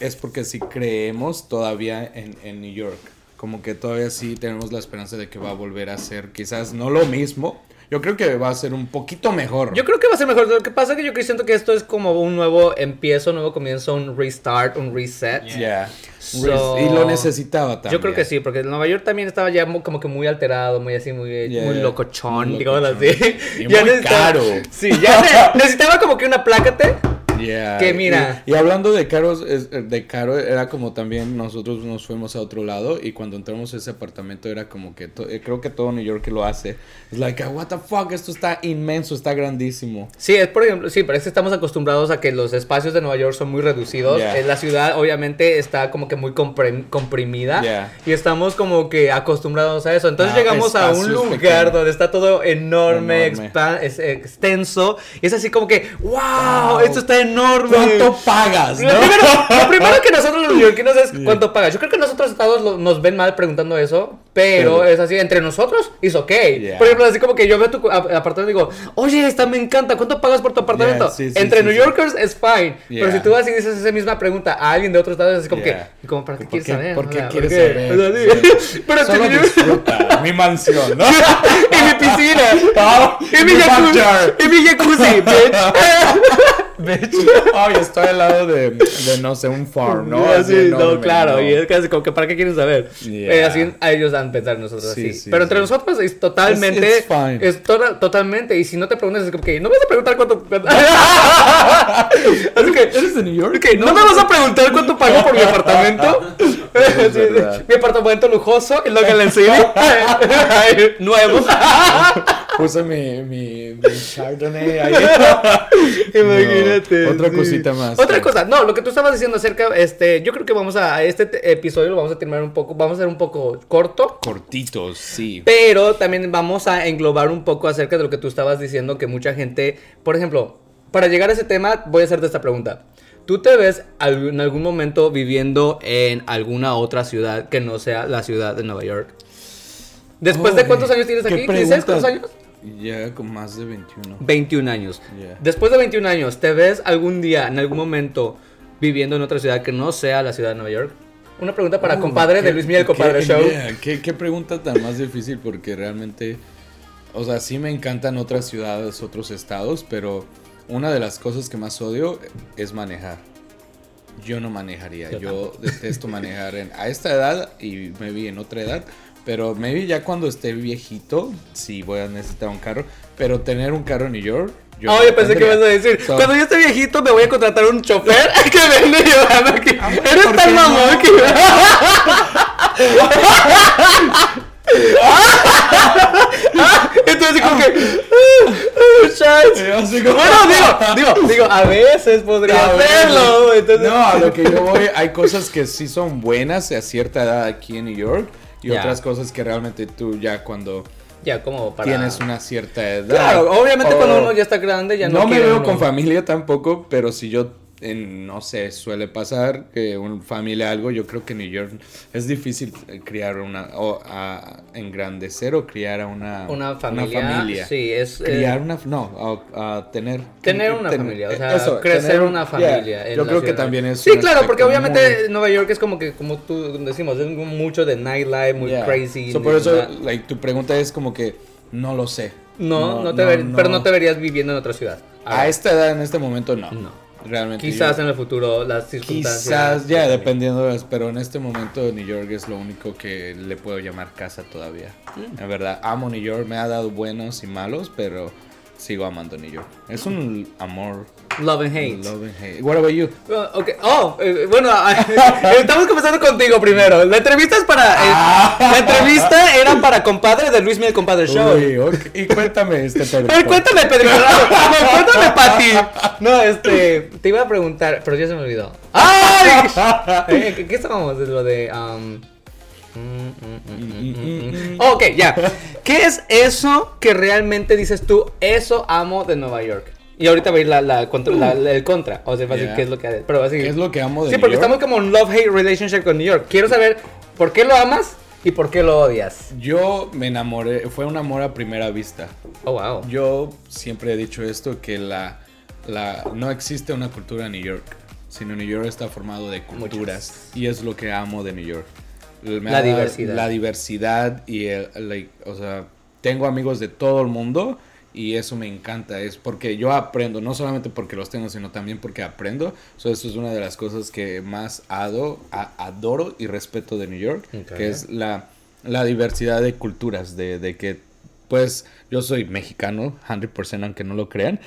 Speaker 1: es porque si creemos todavía en, en New York, como que todavía sí tenemos la esperanza de que va a volver a ser quizás no lo mismo, yo creo que va a ser un poquito mejor.
Speaker 2: Yo creo que va a ser mejor. Lo que pasa es que yo creo- siento que esto es como un nuevo empiezo, un nuevo comienzo, un restart, un reset.
Speaker 1: Yeah.
Speaker 2: So-
Speaker 1: y lo necesitaba también.
Speaker 2: Yo creo que sí, porque Nueva York también estaba ya mu- como que muy alterado, muy así, muy,
Speaker 1: Yeah.
Speaker 2: muy locochón,
Speaker 1: Muy
Speaker 2: digamos
Speaker 1: locochón.
Speaker 2: así.
Speaker 1: Y muy caro.
Speaker 2: Sí, ya ne- necesitaba como que una plácate
Speaker 1: Yeah.
Speaker 2: Que mira.
Speaker 1: Y, y hablando de caros, es- de caro, era como también nosotros nos fuimos a otro lado y cuando entramos a ese apartamento era como que, to- eh, creo que todo New York lo hace. Es like, "Ah, what the fuck, esto está inmenso, está grandísimo.
Speaker 2: Sí, es por ejemplo, sí, pero es que estamos acostumbrados a que los espacios de Nueva York son muy reducidos.
Speaker 1: Yeah.
Speaker 2: Eh, La ciudad obviamente está como que muy comprim- comprimida
Speaker 1: Yeah.
Speaker 2: y estamos como que acostumbrados a eso. Entonces
Speaker 1: Ah,
Speaker 2: llegamos a un
Speaker 1: espacios
Speaker 2: lugar
Speaker 1: pequeños.
Speaker 2: donde está todo
Speaker 1: Enorme.
Speaker 2: enorme, expan- es- extenso y es así como que, wow,
Speaker 1: Wow.
Speaker 2: esto está enorme.
Speaker 1: ¿Cuánto pagas?
Speaker 2: Lo,
Speaker 1: no?
Speaker 2: primero, lo primero que nosotros los neoyorquinos es cuánto pagas. Yo creo que en los otros estados lo- nos ven mal preguntando eso, pero
Speaker 1: Pero-
Speaker 2: es así, entre nosotros es ok.
Speaker 1: Yeah.
Speaker 2: Por ejemplo, así como que yo veo tu cu- ap- apartamento y digo, oye, esta me encanta, ¿cuánto pagas por tu apartamento?
Speaker 1: Yeah, sí, sí,
Speaker 2: entre
Speaker 1: sí,
Speaker 2: New
Speaker 1: sí.
Speaker 2: Yorkers es fine, pero
Speaker 1: Yeah.
Speaker 2: si tú vas y dices esa misma pregunta a alguien de otro estado, es así como
Speaker 1: Yeah.
Speaker 2: que, ¿y como para qué
Speaker 1: ¿Por
Speaker 2: quieres
Speaker 1: qué-
Speaker 2: saber?
Speaker 1: por
Speaker 2: O
Speaker 1: qué
Speaker 2: sea,
Speaker 1: quieres
Speaker 2: ¿por qué?
Speaker 1: saber?
Speaker 2: O sea, sí. Pero
Speaker 1: Solo
Speaker 2: entre New York-
Speaker 1: disfruta mi mansión, ¿no?
Speaker 2: y mi piscina,
Speaker 1: Ah,
Speaker 2: y mi
Speaker 1: mi
Speaker 2: jacuzzi,
Speaker 1: backyard.
Speaker 2: y mi jacuzzi, bitch. bitch.
Speaker 1: Ay, estoy al lado de, de, no sé, un farm, ¿no?
Speaker 2: No,
Speaker 1: Así
Speaker 2: sí, no,
Speaker 1: enorme,
Speaker 2: claro,
Speaker 1: ¿no?
Speaker 2: y es casi como que para qué quieren saber.
Speaker 1: Yeah.
Speaker 2: Eh, así a ellos dan pensar nosotros
Speaker 1: Sí,
Speaker 2: así.
Speaker 1: sí,
Speaker 2: Pero entre
Speaker 1: sí.
Speaker 2: nosotros es totalmente.
Speaker 1: It's- it's fine.
Speaker 2: es to- totalmente. Y si no te preguntas, es como que no me vas a preguntar cuánto. cuánto- así que.
Speaker 1: ¿Eres de New York?
Speaker 2: ok, no me vas a preguntar cuánto pago por mi apartamento.
Speaker 1: Es
Speaker 2: Sí,
Speaker 1: verdad.
Speaker 2: mi apartamento lujoso en Logan City. Nuevo.
Speaker 1: Puse mi, mi, mi Chardonnay ahí.
Speaker 2: Imagínate.
Speaker 1: No, otra cosita más.
Speaker 2: Otra cosa, no, lo que tú estabas diciendo acerca, este, yo creo que vamos a, a este te- episodio lo vamos a terminar un poco, vamos a hacer un poco corto,
Speaker 1: Cortitos, sí.
Speaker 2: pero también vamos a englobar un poco acerca de lo que tú estabas diciendo, que mucha gente, por ejemplo, para llegar a ese tema, voy a hacerte esta pregunta. ¿Tú te ves al- en algún momento viviendo en alguna otra ciudad que no sea la ciudad de Nueva York? ¿Después de
Speaker 1: Oy,
Speaker 2: cuántos años tienes
Speaker 1: qué
Speaker 2: aquí? ¿16? ¿Cuántos
Speaker 1: pregunta.
Speaker 2: años?
Speaker 1: Ya con más de 21.
Speaker 2: 21 años.
Speaker 1: Yeah.
Speaker 2: Después de 21 años, ¿te ves algún día, en algún momento, viviendo en otra ciudad que no sea la ciudad de Nueva York? Una pregunta para
Speaker 1: Oh,
Speaker 2: compadre de
Speaker 1: qué-
Speaker 2: Luis Miguel,
Speaker 1: qué-
Speaker 2: compadre show.
Speaker 1: yeah, qué, qué pregunta tan más difícil porque realmente, o sea, sí me encantan otras ciudades, otros estados, pero una de las cosas que más odio es manejar. Yo no manejaría,
Speaker 2: Yo
Speaker 1: yo, detesto manejar en- a esta edad y me vi en otra edad, pero me vi ya cuando esté viejito, sí voy a necesitar un carro, pero tener un carro en New York... yo
Speaker 2: Oye,
Speaker 1: no
Speaker 2: Ah, pensé que
Speaker 1: tendría.
Speaker 2: ibas a decir,
Speaker 1: So-
Speaker 2: cuando yo esté viejito me voy a contratar un chofer que me ande llevando aquí. Eres
Speaker 1: Ah, ¿por
Speaker 2: tan
Speaker 1: qué
Speaker 2: mamón
Speaker 1: no?
Speaker 2: que... Entonces como que... "Ah, ah, chas".
Speaker 1: Yo así como-
Speaker 2: Bueno, digo, digo, digo, a veces podría
Speaker 1: A ver,
Speaker 2: hacerlo. Entonces...
Speaker 1: No, a lo que yo voy, hay cosas que sí son buenas a cierta edad aquí en New York y
Speaker 2: Ya.
Speaker 1: otras cosas que realmente tú ya cuando
Speaker 2: Ya, como para...
Speaker 1: tienes una cierta edad.
Speaker 2: Claro, obviamente
Speaker 1: o-
Speaker 2: cuando uno ya está grande ya no
Speaker 1: no, me
Speaker 2: quiere
Speaker 1: veo
Speaker 2: uno-
Speaker 1: con familia tampoco, pero si yo eh, no sé, suele pasar que un familia algo, yo creo que en New York es difícil eh, criar una o a- engrandecer o criar a una
Speaker 2: Una familia, sí, es, eh,
Speaker 1: criar una no, a, a tener
Speaker 2: Tener una
Speaker 1: ten-
Speaker 2: familia, o
Speaker 1: eh,
Speaker 2: sea,
Speaker 1: eso,
Speaker 2: crecer
Speaker 1: tener-
Speaker 2: una familia.
Speaker 1: yeah,
Speaker 2: en
Speaker 1: yo
Speaker 2: la
Speaker 1: creo que
Speaker 2: ciudad.
Speaker 1: también es
Speaker 2: Sí,
Speaker 1: un
Speaker 2: claro, porque
Speaker 1: aspecto
Speaker 2: obviamente
Speaker 1: muy-
Speaker 2: Nueva York es como que, como tú decimos, es mucho de nightlife, muy
Speaker 1: Yeah.
Speaker 2: crazy.
Speaker 1: So, por eso,
Speaker 2: na-
Speaker 1: like, tu pregunta es como que no lo sé.
Speaker 2: no, no, te ver- pero no te verías viviendo en otra ciudad.
Speaker 1: A esta edad, en este momento, no.
Speaker 2: No.
Speaker 1: Realmente.
Speaker 2: Quizás
Speaker 1: yo-
Speaker 2: en el futuro las circunstancias.
Speaker 1: Quizás, ya, dependiendo de las- Pero en este momento, New York es lo único que le puedo llamar casa todavía.
Speaker 2: Mm.
Speaker 1: En verdad, amo New York. Me ha dado buenos y malos, pero sigo amando New York. Es un amor.
Speaker 2: Love and hate.
Speaker 1: Love and hate. What about you?
Speaker 2: Ah, ok. Oh, eh, bueno, estamos comenzando contigo primero. La entrevista es para. eh,
Speaker 1: Ah.
Speaker 2: la entrevista era para compadre de Luis Miguel Compadre Show.
Speaker 1: Uy, ok. Y cuéntame este
Speaker 2: A ver,
Speaker 1: Pedrito.
Speaker 2: cuéntame, Pedro. A ver, cuéntame, Pati. No, este. Te iba a preguntar, pero ya se me olvidó. ¡Ay! Eh, ¿Qué, qué estábamos? De lo de. um, mm, mm, mm, mm, mm, mm. Ok, ya. ¿Qué es eso que realmente dices tú? Eso amo de Nueva York. Y ahorita va a ir la, la contra- la- la- el contra. O sea, va a decir
Speaker 1: Yeah.
Speaker 2: qué es lo que. Pero va a decir-
Speaker 1: Uh. ¿Qué es lo que amo de
Speaker 2: Sí,
Speaker 1: New
Speaker 2: porque
Speaker 1: York?
Speaker 2: estamos como en love-hate relationship con New York. Quiero saber por qué lo amas y por qué lo odias.
Speaker 1: Yo me enamoré. Fue un amor a primera vista.
Speaker 2: Oh, wow.
Speaker 1: Yo siempre he dicho esto, que la, la- no existe una cultura en New York, sino New York está formado de culturas y es lo que amo de New York. Me
Speaker 2: La
Speaker 1: ha dado
Speaker 2: diversidad.
Speaker 1: La diversidad y el, like, o sea, tengo amigos de todo el mundo y eso me encanta, es porque yo aprendo, no solamente porque los tengo, sino también porque aprendo. So, eso es una de las cosas que más ado- a- adoro y respeto de New York,
Speaker 2: Ok.
Speaker 1: que es la, la diversidad de culturas, de, de que pues yo soy mexicano, 100% aunque no lo crean,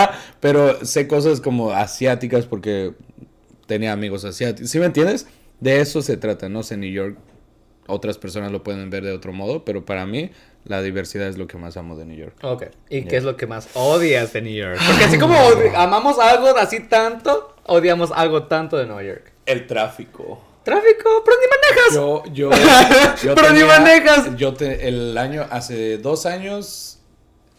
Speaker 1: pero sé cosas como asiáticas porque tenía amigos asiáticos, ¿sí me entiendes? De eso se trata, no sé, New York, otras personas lo pueden ver de otro modo, pero para mí la diversidad es lo que más amo de New York.
Speaker 2: Ok. ¿Y qué es lo que más odias de New York? Porque así como odi- amamos algo así tanto, odiamos algo tanto de Nueva York.
Speaker 1: El tráfico.
Speaker 2: Tráfico, pero ni manejas.
Speaker 1: Yo, yo, yo
Speaker 2: Pero ni manejas.
Speaker 1: Yo te- el año, hace dos años,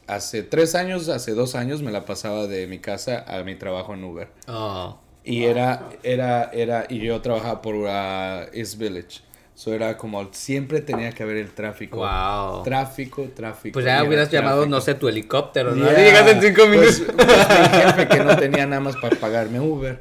Speaker 1: hace tres años, hace dos años me la pasaba de mi casa a mi trabajo en Uber.
Speaker 2: Oh.
Speaker 1: Y era, era, era, y yo trabajaba por ah, East Village. Eso era como, siempre tenía que haber el tráfico.
Speaker 2: Wow.
Speaker 1: Tráfico, tráfico. y
Speaker 2: Pues ya
Speaker 1: era
Speaker 2: hubieras llamado,
Speaker 1: tráfico.
Speaker 2: no sé, tu helicóptero, ¿no?
Speaker 1: Ya.
Speaker 2: Y Llegas en cinco minutos.
Speaker 1: Pues, pues, mi jefe que no tenía nada más para pagarme Uber.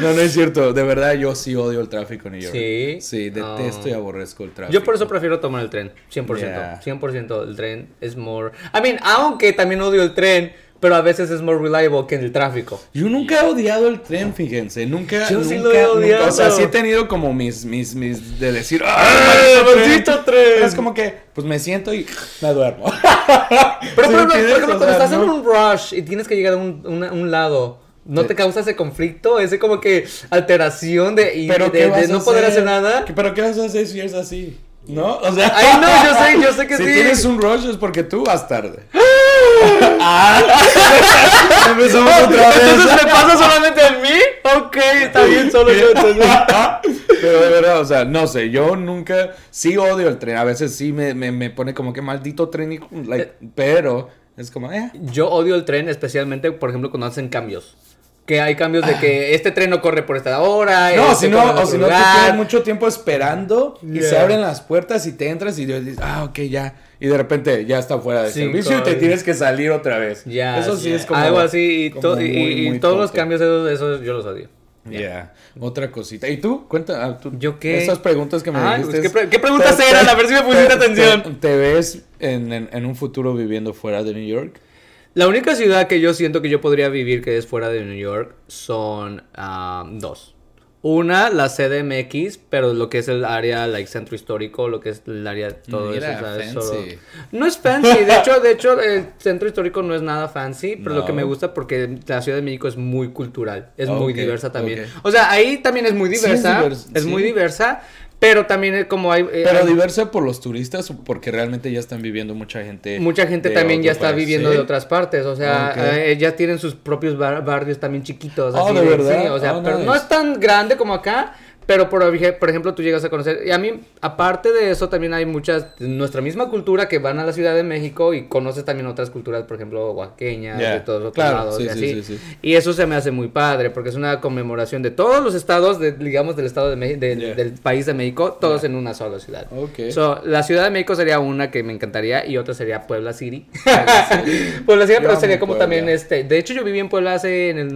Speaker 1: No, no es cierto. De verdad, yo sí odio el tráfico en New York.
Speaker 2: Sí.
Speaker 1: Sí, detesto y aborrezco el tráfico.
Speaker 2: Yo por eso prefiero tomar el tren, 100%.
Speaker 1: Yeah.
Speaker 2: 100% el tren es more... I mean, aunque también odio el tren, pero a veces es more reliable que en el tráfico.
Speaker 1: Yo nunca he odiado el tren, fíjense. Nunca.
Speaker 2: Yo sí
Speaker 1: nunca,
Speaker 2: lo he
Speaker 1: nunca.
Speaker 2: odiado.
Speaker 1: O sea, sí he tenido como mis. mis, mis de decir. ¡Ah,
Speaker 2: ¡Ay,
Speaker 1: maldito
Speaker 2: maldito tren!
Speaker 1: Pero Es como que. Pues me siento y me duermo.
Speaker 2: Pero,
Speaker 1: ¿Sí me
Speaker 2: por ejemplo, por
Speaker 1: entiendes?
Speaker 2: ejemplo,
Speaker 1: O
Speaker 2: cuando
Speaker 1: sea,
Speaker 2: estás en
Speaker 1: no-
Speaker 2: un rush y tienes que llegar a un, una- un lado, ¿no
Speaker 1: Sí.
Speaker 2: te causa ese conflicto? Ese como que alteración de, y
Speaker 1: Pero
Speaker 2: de-
Speaker 1: ¿qué
Speaker 2: de
Speaker 1: vas a
Speaker 2: no poder hacer nada.
Speaker 1: ¿Qué- Pero ¿qué vas a hacer si es así? ¿No? O sea.
Speaker 2: Ay, no, yo sé, yo sé que
Speaker 1: si
Speaker 2: sí.
Speaker 1: tienes un rush es porque tú vas tarde. Ah. Empezamos otra vez.
Speaker 2: Entonces, ¿me pasa solamente a mí? Ok, está bien, solo yo. entonces.
Speaker 1: Pero de verdad, o sea, no sé, yo nunca, sí odio el tren, a veces sí me, me, me pone como que maldito tren, y, like, pero es como, eh.
Speaker 2: Yo odio el tren, especialmente, por ejemplo, cuando hacen cambios. Que hay cambios de que este tren no corre por esta hora.
Speaker 1: Ah. No,
Speaker 2: este
Speaker 1: si no,
Speaker 2: corre en
Speaker 1: o
Speaker 2: otro
Speaker 1: si no te
Speaker 2: lugar.
Speaker 1: quedas mucho tiempo esperando y se
Speaker 2: Yeah.
Speaker 1: abren las puertas y te entras y dices, ah, ok, ya. Y de repente ya está fuera de
Speaker 2: Sí,
Speaker 1: servicio y te
Speaker 2: todavía.
Speaker 1: tienes que salir otra vez.
Speaker 2: Ya,
Speaker 1: Eso sí
Speaker 2: ya.
Speaker 1: es como.
Speaker 2: Algo así, y,
Speaker 1: como
Speaker 2: to- y-
Speaker 1: muy,
Speaker 2: y
Speaker 1: muy
Speaker 2: todos los
Speaker 1: tonto.
Speaker 2: cambios, esos, esos yo los odio.
Speaker 1: Yeah. Otra cosita. ¿Y tú? Cuenta. ah, tú-
Speaker 2: ¿Yo qué?
Speaker 1: Esas preguntas que me
Speaker 2: Ah,
Speaker 1: dijiste.
Speaker 2: pues, ¿qué pre- qué preguntas eran? A ver si me pusiste
Speaker 1: te-
Speaker 2: atención.
Speaker 1: Te, te ves en, en- en un futuro viviendo fuera de New York?
Speaker 2: La única ciudad que yo siento que yo podría vivir que es fuera de New York son ah, dos. Una, la CDMX, pero lo que es el área, like, centro histórico, lo que es el área, todo
Speaker 1: Mira,
Speaker 2: eso, ¿sabes?
Speaker 1: fancy.
Speaker 2: Solo- No es fancy, de hecho, de hecho, el centro histórico no es nada fancy, pero lo que
Speaker 1: No.
Speaker 2: me gusta porque la Ciudad de México es muy cultural, es
Speaker 1: Ok,
Speaker 2: muy diversa también.
Speaker 1: ok.
Speaker 2: O sea, ahí también es muy
Speaker 1: Sí, es
Speaker 2: diversa, es,
Speaker 1: divers- sí.
Speaker 2: muy diversa, pero también es como hay... eh,
Speaker 1: Pero
Speaker 2: hay-
Speaker 1: diversa por los turistas o porque realmente ya están viviendo mucha gente.
Speaker 2: Mucha gente
Speaker 1: de
Speaker 2: también ya
Speaker 1: otro
Speaker 2: está
Speaker 1: país?
Speaker 2: viviendo
Speaker 1: ¿Sí?
Speaker 2: de otras partes, o sea,
Speaker 1: Ok.
Speaker 2: eh, ya tienen sus propios bar- barrios también chiquitos.
Speaker 1: Oh,
Speaker 2: así
Speaker 1: ¿de verdad?
Speaker 2: sí, o sea,
Speaker 1: Oh,
Speaker 2: pero no
Speaker 1: nice.
Speaker 2: es tan grande como acá, pero por, ej- por ejemplo tú llegas a conocer, y a mí, aparte de eso, también hay muchas, de nuestra misma cultura que van a la Ciudad de México y conoces también otras culturas, por ejemplo, oaxaqueñas,
Speaker 1: Yeah,
Speaker 2: de todos los
Speaker 1: claro,
Speaker 2: lados,
Speaker 1: sí,
Speaker 2: y
Speaker 1: sí, sí,
Speaker 2: así.
Speaker 1: sí.
Speaker 2: Y eso se me hace muy padre, porque es una conmemoración de todos los estados, de, digamos, del estado de Meji- del-
Speaker 1: Yeah.
Speaker 2: del país de México, todos en una sola ciudad.
Speaker 1: Ok.
Speaker 2: So, la Ciudad de México sería una que me encantaría y otra sería Puebla City. Puebla City,
Speaker 1: Yo
Speaker 2: pero
Speaker 1: amo
Speaker 2: sería como
Speaker 1: Puebla.
Speaker 2: también este. De hecho, yo viví en Puebla hace en el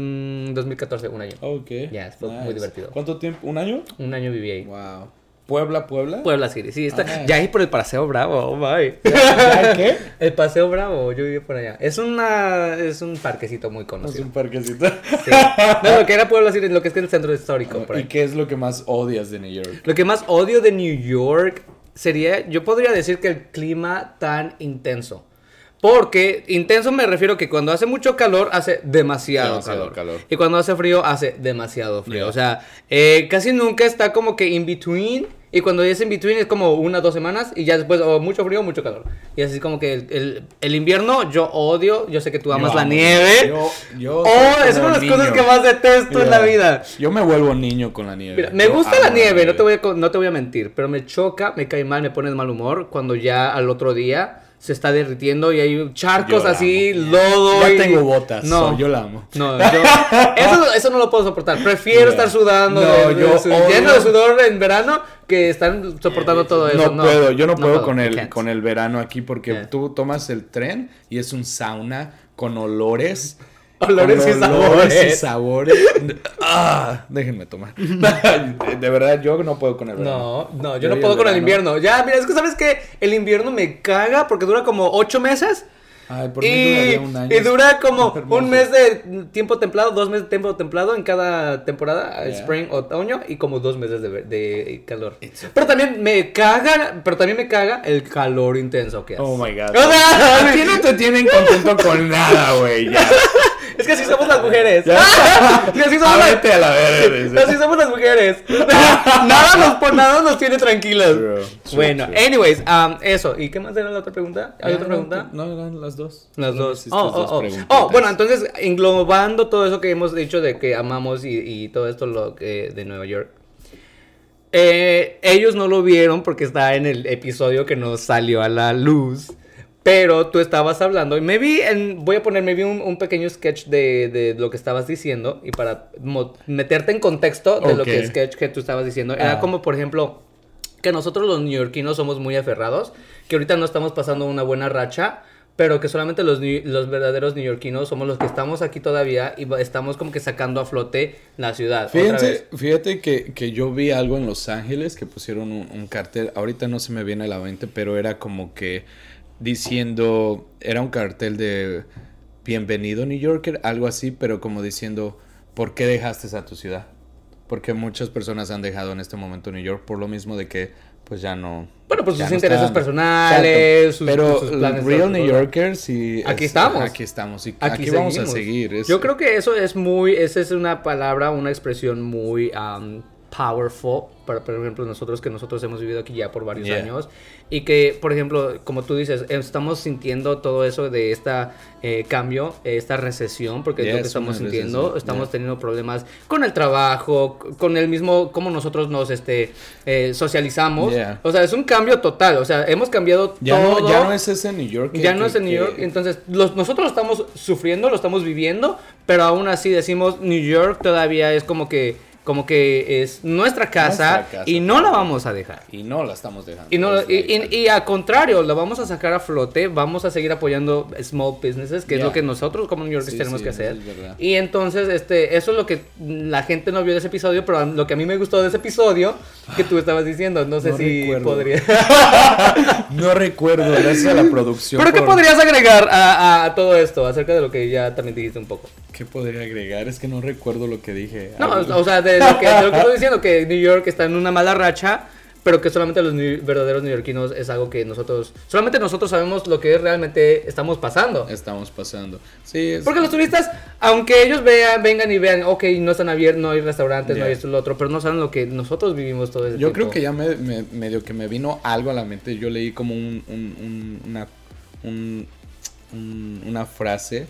Speaker 2: mm, 2014, un año.
Speaker 1: Ok.
Speaker 2: Ya, fue muy divertido.
Speaker 1: ¿Cuánto tiempo? ¿Un año?
Speaker 2: Un año viví ahí.
Speaker 1: Wow. ¿Puebla, Puebla?
Speaker 2: Puebla City, sí, está.
Speaker 1: Ah.
Speaker 2: Ya ahí por el Paseo Bravo, oh my.
Speaker 1: ¿Ya qué?
Speaker 2: El Paseo Bravo, yo viví por allá. Es una es un parquecito muy
Speaker 1: Es
Speaker 2: conocido.
Speaker 1: un parquecito.
Speaker 2: Sí. No, lo que era Puebla City, lo que es que el centro histórico. por ahí.
Speaker 1: ¿Y qué es lo que más odias de New York?
Speaker 2: Lo que más odio de New York sería, yo podría decir que el clima tan intenso. Porque intenso me refiero que cuando hace mucho calor hace demasiado,
Speaker 1: Demasiado
Speaker 2: calor.
Speaker 1: calor.
Speaker 2: Y cuando hace frío hace demasiado frío. O sea, eh, casi nunca está como que in between. Y cuando es in between es como una dos semanas y ya después o mucho frío o mucho calor. Y así como que el, el- el invierno yo odio. Yo sé que tú amas la
Speaker 1: amo.
Speaker 2: nieve.
Speaker 1: Yo- yo
Speaker 2: oh,
Speaker 1: soy como
Speaker 2: es una de las cosas
Speaker 1: niño.
Speaker 2: que más detesto en la
Speaker 1: Mira,
Speaker 2: vida.
Speaker 1: Yo me vuelvo niño con la nieve.
Speaker 2: Mira, me
Speaker 1: Yo
Speaker 2: gusta
Speaker 1: amo
Speaker 2: la nieve, no te, voy a, co- no te voy a mentir, pero me choca, me cae mal, me pone de mal humor cuando ya al otro día se está derritiendo y hay charcos
Speaker 1: Yo la
Speaker 2: así,
Speaker 1: amo.
Speaker 2: lodo.
Speaker 1: Ya
Speaker 2: y-
Speaker 1: tengo botas, so, yo la amo.
Speaker 2: No, yo- eso, eso no lo puedo soportar.
Speaker 1: Mira,
Speaker 2: Prefiero estar sudando,
Speaker 1: no,
Speaker 2: de- de-
Speaker 1: yo
Speaker 2: su-
Speaker 1: odio- Eh,
Speaker 2: lleno de sudor en verano, que están soportando todo eso.
Speaker 1: No puedo, yo no, puedo, con
Speaker 2: I
Speaker 1: el
Speaker 2: can't.
Speaker 1: con el verano aquí porque
Speaker 2: Yeah.
Speaker 1: tú tomas el tren y es un sauna con olores.
Speaker 2: Olores
Speaker 1: con
Speaker 2: y
Speaker 1: olores y
Speaker 2: sabores.
Speaker 1: sabores. Ah, déjenme tomar. De verdad, yo no puedo con el verano.
Speaker 2: No, no, yo,
Speaker 1: Yo
Speaker 2: no
Speaker 1: y
Speaker 2: puedo
Speaker 1: el
Speaker 2: con el
Speaker 1: verano.
Speaker 2: invierno. Ya, mira, es que sabes que el invierno me caga porque dura como ocho meses
Speaker 1: Ay, ¿por qué
Speaker 2: Y,
Speaker 1: duraría un año?
Speaker 2: y dura como
Speaker 1: Hermoso.
Speaker 2: un mes de tiempo templado, dos meses de tiempo templado en cada temporada,
Speaker 1: Ya.
Speaker 2: spring, otoño, y como dos meses de, ver- de calor. Pero también me caga, pero también me caga el calor intenso que hace.
Speaker 1: Oh my god.
Speaker 2: O sea,
Speaker 1: A ti no te tienen contento con nada, güey. Ya.
Speaker 2: es que así somos las mujeres.
Speaker 1: Ya.
Speaker 2: Es que así somos
Speaker 1: Ah,
Speaker 2: las
Speaker 1: Vete a la verga. dice.
Speaker 2: Así somos las mujeres. nada nos por nada nos tiene tranquilas.
Speaker 1: True, true,
Speaker 2: bueno,
Speaker 1: true.
Speaker 2: anyways, um, eso. ¿Y qué más era la otra pregunta? ¿Hay
Speaker 1: Ya,
Speaker 2: otra
Speaker 1: no,
Speaker 2: pregunta?
Speaker 1: No, eran las dos.
Speaker 2: Las
Speaker 1: No
Speaker 2: dos.
Speaker 1: hiciste
Speaker 2: Oh,
Speaker 1: dos
Speaker 2: oh, oh.
Speaker 1: preguntitas.
Speaker 2: oh, bueno, entonces englobando todo eso que hemos dicho de que amamos y, y todo esto lo que- de Nueva York. Eh, ellos no lo vieron porque está en el episodio que no salió a la luz. Pero tú estabas hablando y me vi, en, voy a poner, me vi un, un pequeño sketch de, de lo que estabas diciendo y para mo- meterte en contexto de lo que
Speaker 1: Ok.
Speaker 2: es sketch que tú estabas diciendo. Era
Speaker 1: Ah.
Speaker 2: como, por ejemplo, que nosotros los neoyorquinos somos muy aferrados, que ahorita no estamos pasando una buena racha, pero que solamente los, ni- los verdaderos neoyorquinos somos los que estamos aquí todavía y va- estamos como que sacando a flote la ciudad. otra vez.
Speaker 1: Fíjense, fíjate que, que yo vi algo en Los Ángeles que pusieron un, un cartel, ahorita no se me viene a la mente, pero era como que diciendo, era un cartel de bienvenido New Yorker, algo así, pero como diciendo, ¿por qué dejaste a tu ciudad? Porque muchas personas han dejado en este momento New York por lo mismo de que pues ya no...
Speaker 2: Bueno, por
Speaker 1: ya
Speaker 2: sus
Speaker 1: no
Speaker 2: intereses
Speaker 1: están.
Speaker 2: personales, sus-
Speaker 1: pero
Speaker 2: sus planes
Speaker 1: Real
Speaker 2: de-
Speaker 1: New Yorkers sí...
Speaker 2: Aquí estamos.
Speaker 1: Aquí estamos y aquí,
Speaker 2: Aquí
Speaker 1: vamos a
Speaker 2: seguimos.
Speaker 1: seguir. es-
Speaker 2: Yo creo que eso es muy, esa es una palabra, una expresión muy um, powerful, para, por ejemplo, nosotros que nosotros hemos vivido aquí ya por varios
Speaker 1: Yeah.
Speaker 2: años y que, por ejemplo, como tú dices, estamos sintiendo todo eso de esta eh, cambio, eh, esta recesión, porque es
Speaker 1: Yeah,
Speaker 2: lo que
Speaker 1: es una
Speaker 2: estamos sintiendo,
Speaker 1: recesión,
Speaker 2: estamos
Speaker 1: yeah.
Speaker 2: teniendo problemas con el trabajo, c- con el mismo, cómo nosotros nos este, eh, socializamos,
Speaker 1: Yeah.
Speaker 2: o sea, es un cambio total, o sea, hemos cambiado
Speaker 1: Ya
Speaker 2: todo.
Speaker 1: no, ya no es ese New York. que-
Speaker 2: Ya no
Speaker 1: que-
Speaker 2: es en New
Speaker 1: que-
Speaker 2: York, entonces los, nosotros lo estamos sufriendo, lo estamos viviendo, pero aún así decimos New York todavía es como que como que es nuestra casa,
Speaker 1: Nuestra casa,
Speaker 2: y no la vamos a dejar.
Speaker 1: Y no la estamos dejando.
Speaker 2: Y, no,
Speaker 1: Es
Speaker 2: y,
Speaker 1: la
Speaker 2: y-
Speaker 1: idea.
Speaker 2: y al contrario, la vamos a sacar a flote, vamos a seguir apoyando small businesses, que
Speaker 1: Ya.
Speaker 2: es lo que nosotros como New Yorkers
Speaker 1: Sí,
Speaker 2: tenemos
Speaker 1: sí,
Speaker 2: que
Speaker 1: eso
Speaker 2: hacer.
Speaker 1: es verdad.
Speaker 2: y entonces, este, eso es lo que la gente no vio de ese episodio, pero lo que a mí me gustó de ese episodio, que tú estabas diciendo, no sé
Speaker 1: No
Speaker 2: si
Speaker 1: recuerdo.
Speaker 2: podría...
Speaker 1: no recuerdo, gracias a la producción.
Speaker 2: ¿Pero qué
Speaker 1: por-
Speaker 2: podrías agregar a, a- a todo esto acerca de lo que ya también dijiste un poco?
Speaker 1: ¿Qué podría agregar? Es que no recuerdo lo que dije.
Speaker 2: No,
Speaker 1: Algo-
Speaker 2: o sea, de lo que, de lo que estoy diciendo, que New York está en una mala racha, pero que solamente los new- verdaderos neoyorquinos es algo que nosotros, solamente nosotros sabemos lo que realmente estamos pasando.
Speaker 1: Estamos pasando. Sí, es-
Speaker 2: Porque los turistas, aunque ellos vean, vengan y vean, ok, no están abiertos, no hay restaurantes, no hay
Speaker 1: Ya.
Speaker 2: esto y lo otro, pero no saben lo que nosotros vivimos todo ese
Speaker 1: Yo
Speaker 2: tiempo.
Speaker 1: creo que ya me, me- medio que me vino algo a la mente. Yo leí como un, un- un- una, un- un- una frase,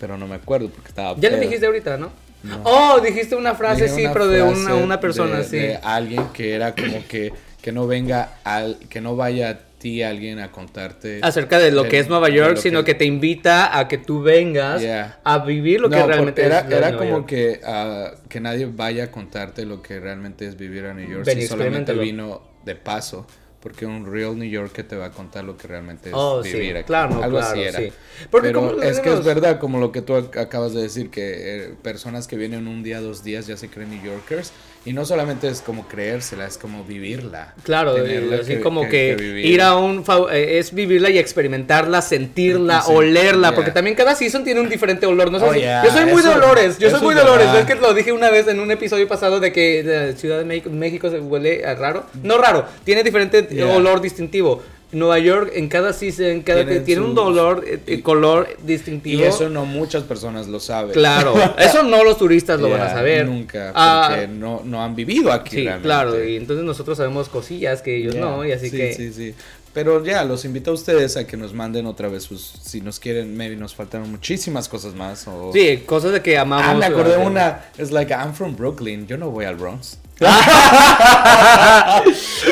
Speaker 1: pero no me acuerdo porque estaba.
Speaker 2: Ya le
Speaker 1: pedo.
Speaker 2: dijiste ahorita, ¿no? Oh, dijiste una frase,
Speaker 1: Dije
Speaker 2: sí,
Speaker 1: una
Speaker 2: pero de
Speaker 1: frase
Speaker 2: una, una persona,
Speaker 1: de-
Speaker 2: sí.
Speaker 1: de alguien que era como que, que no venga al. que no vaya a ti alguien a contarte.
Speaker 2: acerca de lo
Speaker 1: de-
Speaker 2: que es Nueva
Speaker 1: de
Speaker 2: York,
Speaker 1: lo
Speaker 2: sino que...
Speaker 1: que-
Speaker 2: te invita a que tú vengas
Speaker 1: Yeah.
Speaker 2: a vivir lo que
Speaker 1: No,
Speaker 2: realmente
Speaker 1: porque era,
Speaker 2: es
Speaker 1: era
Speaker 2: Nueva
Speaker 1: como
Speaker 2: York.
Speaker 1: que ah, que nadie vaya a contarte lo que realmente es vivir a New York
Speaker 2: Ven,
Speaker 1: si solamente
Speaker 2: experimentalo.
Speaker 1: vino de paso porque un real New York que te va a contar lo que realmente es
Speaker 2: Oh, sí,
Speaker 1: vivir aquí.
Speaker 2: claro,
Speaker 1: algo
Speaker 2: claro,
Speaker 1: así era
Speaker 2: sí. Porque
Speaker 1: Pero
Speaker 2: como
Speaker 1: es que es
Speaker 2: tenemos-
Speaker 1: verdad como lo que tú ac- acabas de decir que eh, personas que vienen un día dos días ya se creen New Yorkers y no solamente es como creérsela es como vivirla
Speaker 2: Claro,
Speaker 1: tenerla
Speaker 2: eh, así
Speaker 1: que-
Speaker 2: como que,
Speaker 1: vivir.
Speaker 2: ir a un... fa- eh, es vivirla y experimentarla, sentirla,
Speaker 1: Sí,
Speaker 2: olerla,
Speaker 1: yeah.
Speaker 2: porque también cada season tiene un diferente olor. No sé
Speaker 1: Oh,
Speaker 2: si-
Speaker 1: yeah,
Speaker 2: Yo soy muy
Speaker 1: eso-
Speaker 2: dolores, yo
Speaker 1: eso
Speaker 2: soy muy
Speaker 1: es
Speaker 2: dolores.
Speaker 1: verdad.
Speaker 2: Es que lo dije una vez en un episodio pasado de que la Ciudad de México, México se huele a raro. No raro, tiene diferente
Speaker 1: Yeah.
Speaker 2: olor distintivo. Nueva York en cada season, cada
Speaker 1: Tienen
Speaker 2: tiene un
Speaker 1: sus-
Speaker 2: dolor, eh,
Speaker 1: y-
Speaker 2: color
Speaker 1: y
Speaker 2: distintivo.
Speaker 1: eso no muchas personas lo saben
Speaker 2: Claro, eso no los turistas lo van a
Speaker 1: Yeah,
Speaker 2: saber.
Speaker 1: Nunca,
Speaker 2: Ah,
Speaker 1: porque no, no han vivido aquí.
Speaker 2: sí,
Speaker 1: realmente.
Speaker 2: claro, y entonces nosotros sabemos cosillas que ellos
Speaker 1: Yeah,
Speaker 2: no, y así
Speaker 1: sí,
Speaker 2: que...
Speaker 1: Sí, sí. Pero ya, los invito a ustedes a que nos manden otra vez sus. Si nos quieren, maybe nos faltan muchísimas cosas más. O...
Speaker 2: Sí, cosas de que amamos.
Speaker 1: Ah, me acordé
Speaker 2: eh,
Speaker 1: una. Es like, I'm from Brooklyn. Yo no voy al Bronx.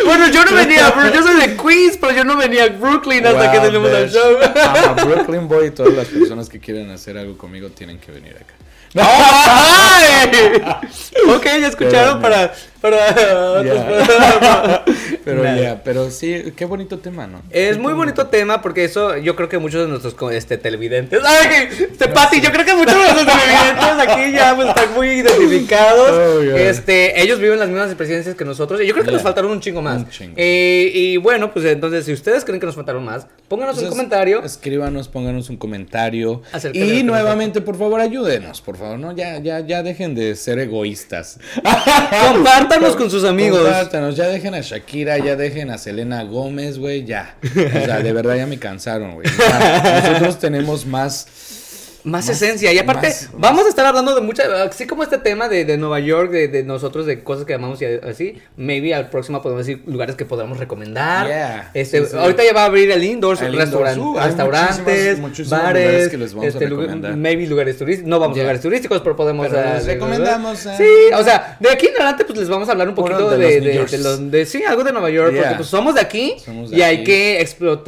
Speaker 2: Bueno, yo no venía, pero yo soy de Queens, pero yo no venía a Brooklyn hasta que
Speaker 1: Wow,
Speaker 2: tenemos el
Speaker 1: bitch.
Speaker 2: show.
Speaker 1: I'm a Brooklyn boy. Todas las personas que quieren hacer algo conmigo tienen que venir acá.
Speaker 2: Ah, ¡Ay! ok, ya escucharon
Speaker 1: Espérame.
Speaker 2: para, para,
Speaker 1: Ya.
Speaker 2: otros-
Speaker 1: Pero ya,
Speaker 2: Nada.
Speaker 1: pero sí, qué bonito tema, ¿no?
Speaker 2: Es muy bonito tema porque eso yo creo que muchos de nuestros co- este, televidentes. ¡Ay! que- Este, Pati, yo creo que muchos de nuestros televidentes aquí ya pues, están muy identificados.
Speaker 1: Oh, yeah.
Speaker 2: este, ellos viven las mismas experiencias que nosotros. Y yo creo que
Speaker 1: Yeah.
Speaker 2: nos faltaron un chingo más.
Speaker 1: Un chingo.
Speaker 2: Eh, y bueno, pues entonces, si ustedes creen que nos faltaron más, pónganos un
Speaker 1: Entonces,
Speaker 2: comentario.
Speaker 1: Escríbanos, pónganos un comentario.
Speaker 2: Acerca de lo
Speaker 1: Y
Speaker 2: que
Speaker 1: nuevamente, por favor, ayúdenos, por favor, ¿no? Ya, ya, ya dejen de ser egoístas.
Speaker 2: Compártanos con sus amigos.
Speaker 1: Compártanos, ya dejen a Shakira, ya dejen a Selena Gómez, güey, ya. O sea, de verdad ya me cansaron, güey. Ya, Nosotros tenemos más.
Speaker 2: Más, esencia. Y aparte,
Speaker 1: más-
Speaker 2: vamos a estar hablando de muchas. Así como este tema de, de Nueva York, de, de nosotros, de cosas que amamos y así. Maybe al próximo podemos decir lugares que podamos recomendar.
Speaker 1: Yeah.
Speaker 2: Este,
Speaker 1: Sí, sí.
Speaker 2: Ahorita ya va a abrir el indoor,
Speaker 1: El
Speaker 2: restauran-
Speaker 1: indoor. Uh, hay
Speaker 2: restaurantes,
Speaker 1: muchísimas- muchísimos
Speaker 2: bares.
Speaker 1: lugares que les vamos a
Speaker 2: este, lu-
Speaker 1: recomendar.
Speaker 2: Maybe lugares turísticos. No vamos
Speaker 1: Yeah.
Speaker 2: a lugares turísticos, pero podemos.
Speaker 1: Pero
Speaker 2: ah,
Speaker 1: les
Speaker 2: de-
Speaker 1: recomendamos, ah.
Speaker 2: Sí, o sea, de aquí en adelante, pues les vamos a hablar un
Speaker 1: Puro
Speaker 2: poquito
Speaker 1: de
Speaker 2: de,
Speaker 1: los
Speaker 2: de,
Speaker 1: New Yorks.
Speaker 2: de los- de- Sí, algo de Nueva York,
Speaker 1: Yeah.
Speaker 2: porque pues somos de aquí
Speaker 1: Somos de
Speaker 2: y hay
Speaker 1: aquí.
Speaker 2: que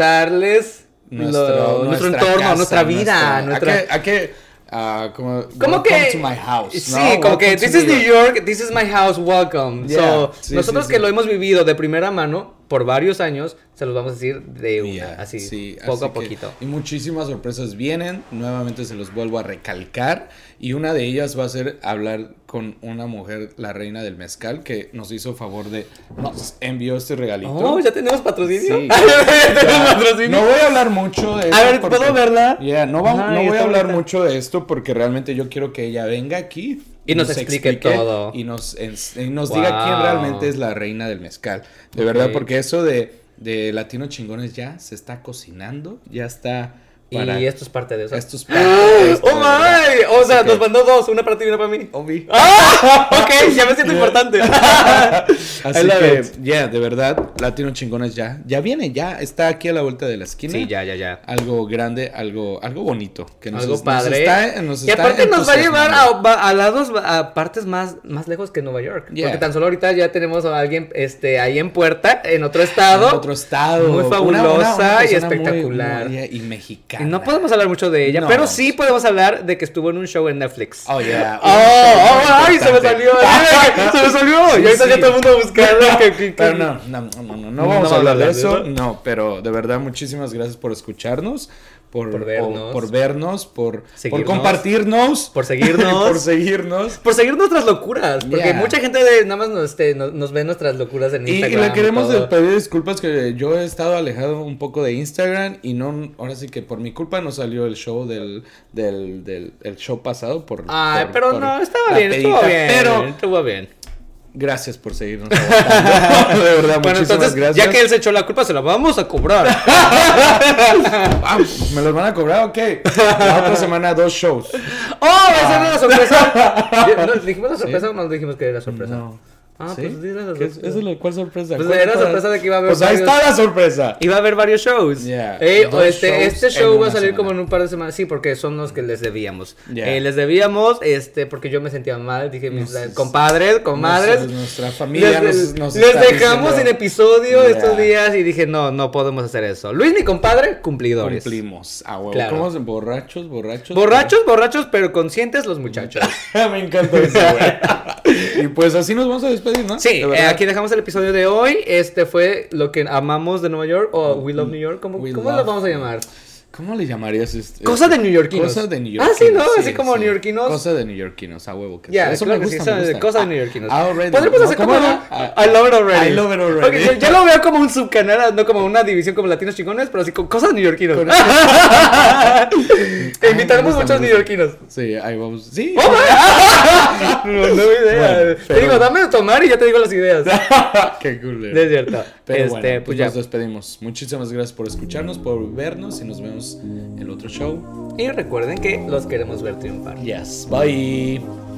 Speaker 2: explotarles. lo- nuestro entorno,
Speaker 1: casa,
Speaker 2: nuestra vida,
Speaker 1: nuestra-
Speaker 2: nuestra,
Speaker 1: ¿A qué? a qué, ah, como,
Speaker 2: como
Speaker 1: welcome
Speaker 2: que
Speaker 1: to my house.
Speaker 2: sí
Speaker 1: ¿no?
Speaker 2: como que
Speaker 1: Welcome to
Speaker 2: this is
Speaker 1: New
Speaker 2: New York this is my house welcome
Speaker 1: Yeah,
Speaker 2: so
Speaker 1: sí,
Speaker 2: nosotros
Speaker 1: sí,
Speaker 2: que
Speaker 1: sí.
Speaker 2: lo hemos vivido de primera mano por varios años se los vamos a decir de una
Speaker 1: Ya,
Speaker 2: así
Speaker 1: sí,
Speaker 2: poco
Speaker 1: así
Speaker 2: a
Speaker 1: que-
Speaker 2: poquito
Speaker 1: Y muchísimas sorpresas vienen, nuevamente se los vuelvo a recalcar. Y una de ellas va a ser hablar con una mujer, la reina del mezcal, que nos hizo favor de. Nos envió este regalito.
Speaker 2: oh ya tenemos patrocinio
Speaker 1: Sí.
Speaker 2: ya tenemos
Speaker 1: No
Speaker 2: patrocinio
Speaker 1: voy a hablar mucho de
Speaker 2: A ver, ¿puedo verla?
Speaker 1: Ya, no, va-
Speaker 2: Ajá,
Speaker 1: no
Speaker 2: ahí
Speaker 1: voy a
Speaker 2: está
Speaker 1: hablar
Speaker 2: ahorita.
Speaker 1: mucho de esto porque realmente yo quiero que ella venga aquí
Speaker 2: Y nos explique todo.
Speaker 1: Y nos, ens- y nos
Speaker 2: Wow.
Speaker 1: diga quién realmente es la reina del mezcal. De verdad,
Speaker 2: Ok.
Speaker 1: porque eso de, de Latino Chingones ya se está cocinando, ya está para
Speaker 2: y esto es parte de eso
Speaker 1: estos
Speaker 2: ¡Ah!
Speaker 1: esto,
Speaker 2: oh
Speaker 1: ¿verdad?
Speaker 2: my o sea
Speaker 1: Así que- Oh.
Speaker 2: nos mandó dos una para ti y una para mí
Speaker 1: Obi.
Speaker 2: ¡Ah! ok ya me siento importante I
Speaker 1: Así
Speaker 2: love
Speaker 1: que,
Speaker 2: it.
Speaker 1: ya, de verdad, Latino Chingones ya, ya viene, ya está aquí a la vuelta de la esquina.
Speaker 2: sí ya ya ya
Speaker 1: algo grande, algo, algo bonito. Que nos,
Speaker 2: algo
Speaker 1: nos
Speaker 2: padre.
Speaker 1: está- nos
Speaker 2: y
Speaker 1: está
Speaker 2: aparte nos va a llevar a,
Speaker 1: entusiasmando.
Speaker 2: va- a lados, a partes más, más lejos que Nueva York.
Speaker 1: Yeah.
Speaker 2: Porque tan solo ahorita ya tenemos a alguien este, ahí en puerta, en otro estado.
Speaker 1: En otro estado.
Speaker 2: Muy fabulosa y
Speaker 1: persona muy-
Speaker 2: espectacular.
Speaker 1: muy- y mexicana.
Speaker 2: Y no podemos hablar mucho de ella,
Speaker 1: No.
Speaker 2: pero sí podemos hablar de que estuvo en un show en Netflix.
Speaker 1: Oh, yeah.
Speaker 2: Oh, oh, ay, se me salió. eh. se me salió.
Speaker 1: Sí,
Speaker 2: y ahorita
Speaker 1: sí.
Speaker 2: ya todo el mundo buscando. que- que- que-
Speaker 1: Pero no, no, no, no, no, no vamos a hablar de eso. No, pero de verdad, muchísimas gracias por escucharnos, por,
Speaker 2: Por vernos.
Speaker 1: o- por, vernos, por, por
Speaker 2: Seguirnos.
Speaker 1: compartirnos,
Speaker 2: Por seguirnos.
Speaker 1: por seguirnos.
Speaker 2: Por seguir nuestras locuras. Porque
Speaker 1: Yeah.
Speaker 2: mucha gente de- nada más nos, este, nos, nos ve nuestras locuras en
Speaker 1: Y, y
Speaker 2: Instagram.
Speaker 1: le queremos
Speaker 2: todo.
Speaker 1: pedir disculpas que yo he estado alejado un poco de Instagram y no, ahora sí que por mi culpa no salió el show del, del, del el show pasado por...
Speaker 2: Ay,
Speaker 1: por-
Speaker 2: pero
Speaker 1: por
Speaker 2: no, estaba
Speaker 1: la
Speaker 2: bien, estuvo
Speaker 1: pedita,
Speaker 2: bien.
Speaker 1: Pero
Speaker 2: estuvo bien.
Speaker 1: gracias por seguirnos. aguantando. de verdad,
Speaker 2: Bueno,
Speaker 1: muchísimas
Speaker 2: entonces,
Speaker 1: gracias.
Speaker 2: ya que él se echó la culpa, se la vamos a cobrar.
Speaker 1: Ah, ¿Me los van a cobrar? Ok. La otra semana dos shows.
Speaker 2: ¡Oh, va a ser una sorpresa! ¿Nos dijimos la sorpresa o no dijimos que era sorpresa?
Speaker 1: No.
Speaker 2: Ah,
Speaker 1: ¿Sí?
Speaker 2: pues dile la
Speaker 1: ¿Qué es-
Speaker 2: sorpresa.
Speaker 1: ¿Eso es lo cual sorpresa?
Speaker 2: Pues
Speaker 1: ¿Cuál
Speaker 2: era
Speaker 1: fue la-
Speaker 2: sorpresa de que iba a haber
Speaker 1: Pues ahí
Speaker 2: varios-
Speaker 1: está la sorpresa.
Speaker 2: Y va a haber varios shows.
Speaker 1: Yeah,
Speaker 2: Eh, o
Speaker 1: dos
Speaker 2: este,
Speaker 1: shows
Speaker 2: este
Speaker 1: en
Speaker 2: show va
Speaker 1: una
Speaker 2: a salir
Speaker 1: semana.
Speaker 2: como en un par de semanas. Sí, porque son los que les debíamos.
Speaker 1: Yeah.
Speaker 2: Eh, les debíamos, este, porque yo me sentía mal. Dije, mis
Speaker 1: Nos-
Speaker 2: compadres, comadres.
Speaker 1: Nuestra- nuestra familia
Speaker 2: les,
Speaker 1: nos- nos
Speaker 2: les
Speaker 1: está
Speaker 2: dejamos
Speaker 1: diciendo-
Speaker 2: sin episodio
Speaker 1: Yeah.
Speaker 2: estos días y dije, no, no podemos hacer eso. Luis, mi compadre, cumplidores.
Speaker 1: Cumplimos. Ah, huevo.
Speaker 2: Claro.
Speaker 1: ¿Cómo se- borrachos, borrachos? Ah,
Speaker 2: Borrachos, borrachos, pero conscientes los muchachos.
Speaker 1: Me encanta eso, güey. y pues así nos vamos a despedir, ¿no?
Speaker 2: Sí,
Speaker 1: De verdad.
Speaker 2: eh, aquí dejamos el episodio de hoy. Este fue lo que amamos de Nueva York o We Love New York. ¿Cómo,
Speaker 1: We
Speaker 2: cómo
Speaker 1: love-
Speaker 2: lo vamos a llamar?
Speaker 1: ¿Cómo le llamarías este?
Speaker 2: Cosas de neoyorquinos.
Speaker 1: Cosas de neoyorquinos.
Speaker 2: Ah, sí, ¿no? Así como neoyorquinos.
Speaker 1: Cosas de neoyorquinos, a huevo. Que
Speaker 2: Ya,
Speaker 1: eso
Speaker 2: claro
Speaker 1: me
Speaker 2: que sí,
Speaker 1: gusta,
Speaker 2: eso
Speaker 1: me
Speaker 2: es
Speaker 1: gusta.
Speaker 2: cosa de neoyorquinos.
Speaker 1: Ah, already.
Speaker 2: Podríamos
Speaker 1: No,
Speaker 2: hacer
Speaker 1: ¿cómo
Speaker 2: como
Speaker 1: era?
Speaker 2: una-
Speaker 1: Ah,
Speaker 2: I love it already.
Speaker 1: I love it already.
Speaker 2: Porque yo, yo lo veo como un subcanal, no como una división como latinos chingones, pero así con cosas neoyorquinos. Te
Speaker 1: me
Speaker 2: invitaremos
Speaker 1: gusta,
Speaker 2: muchos
Speaker 1: me gusta.
Speaker 2: neoyorquinos.
Speaker 1: Sí, ahí vamos. Sí.
Speaker 2: No, no idea.
Speaker 1: Bueno,
Speaker 2: Te
Speaker 1: pero-
Speaker 2: digo, dame de tomar y ya te digo las ideas.
Speaker 1: Qué cool. eh.
Speaker 2: No es cierto.
Speaker 1: Pero
Speaker 2: este,
Speaker 1: bueno,
Speaker 2: pues
Speaker 1: pues
Speaker 2: ya.
Speaker 1: nos despedimos. Muchísimas gracias por escucharnos, por vernos y nos vemos en el otro show.
Speaker 2: Y recuerden que los queremos ver triunfar.
Speaker 1: Yes, bye.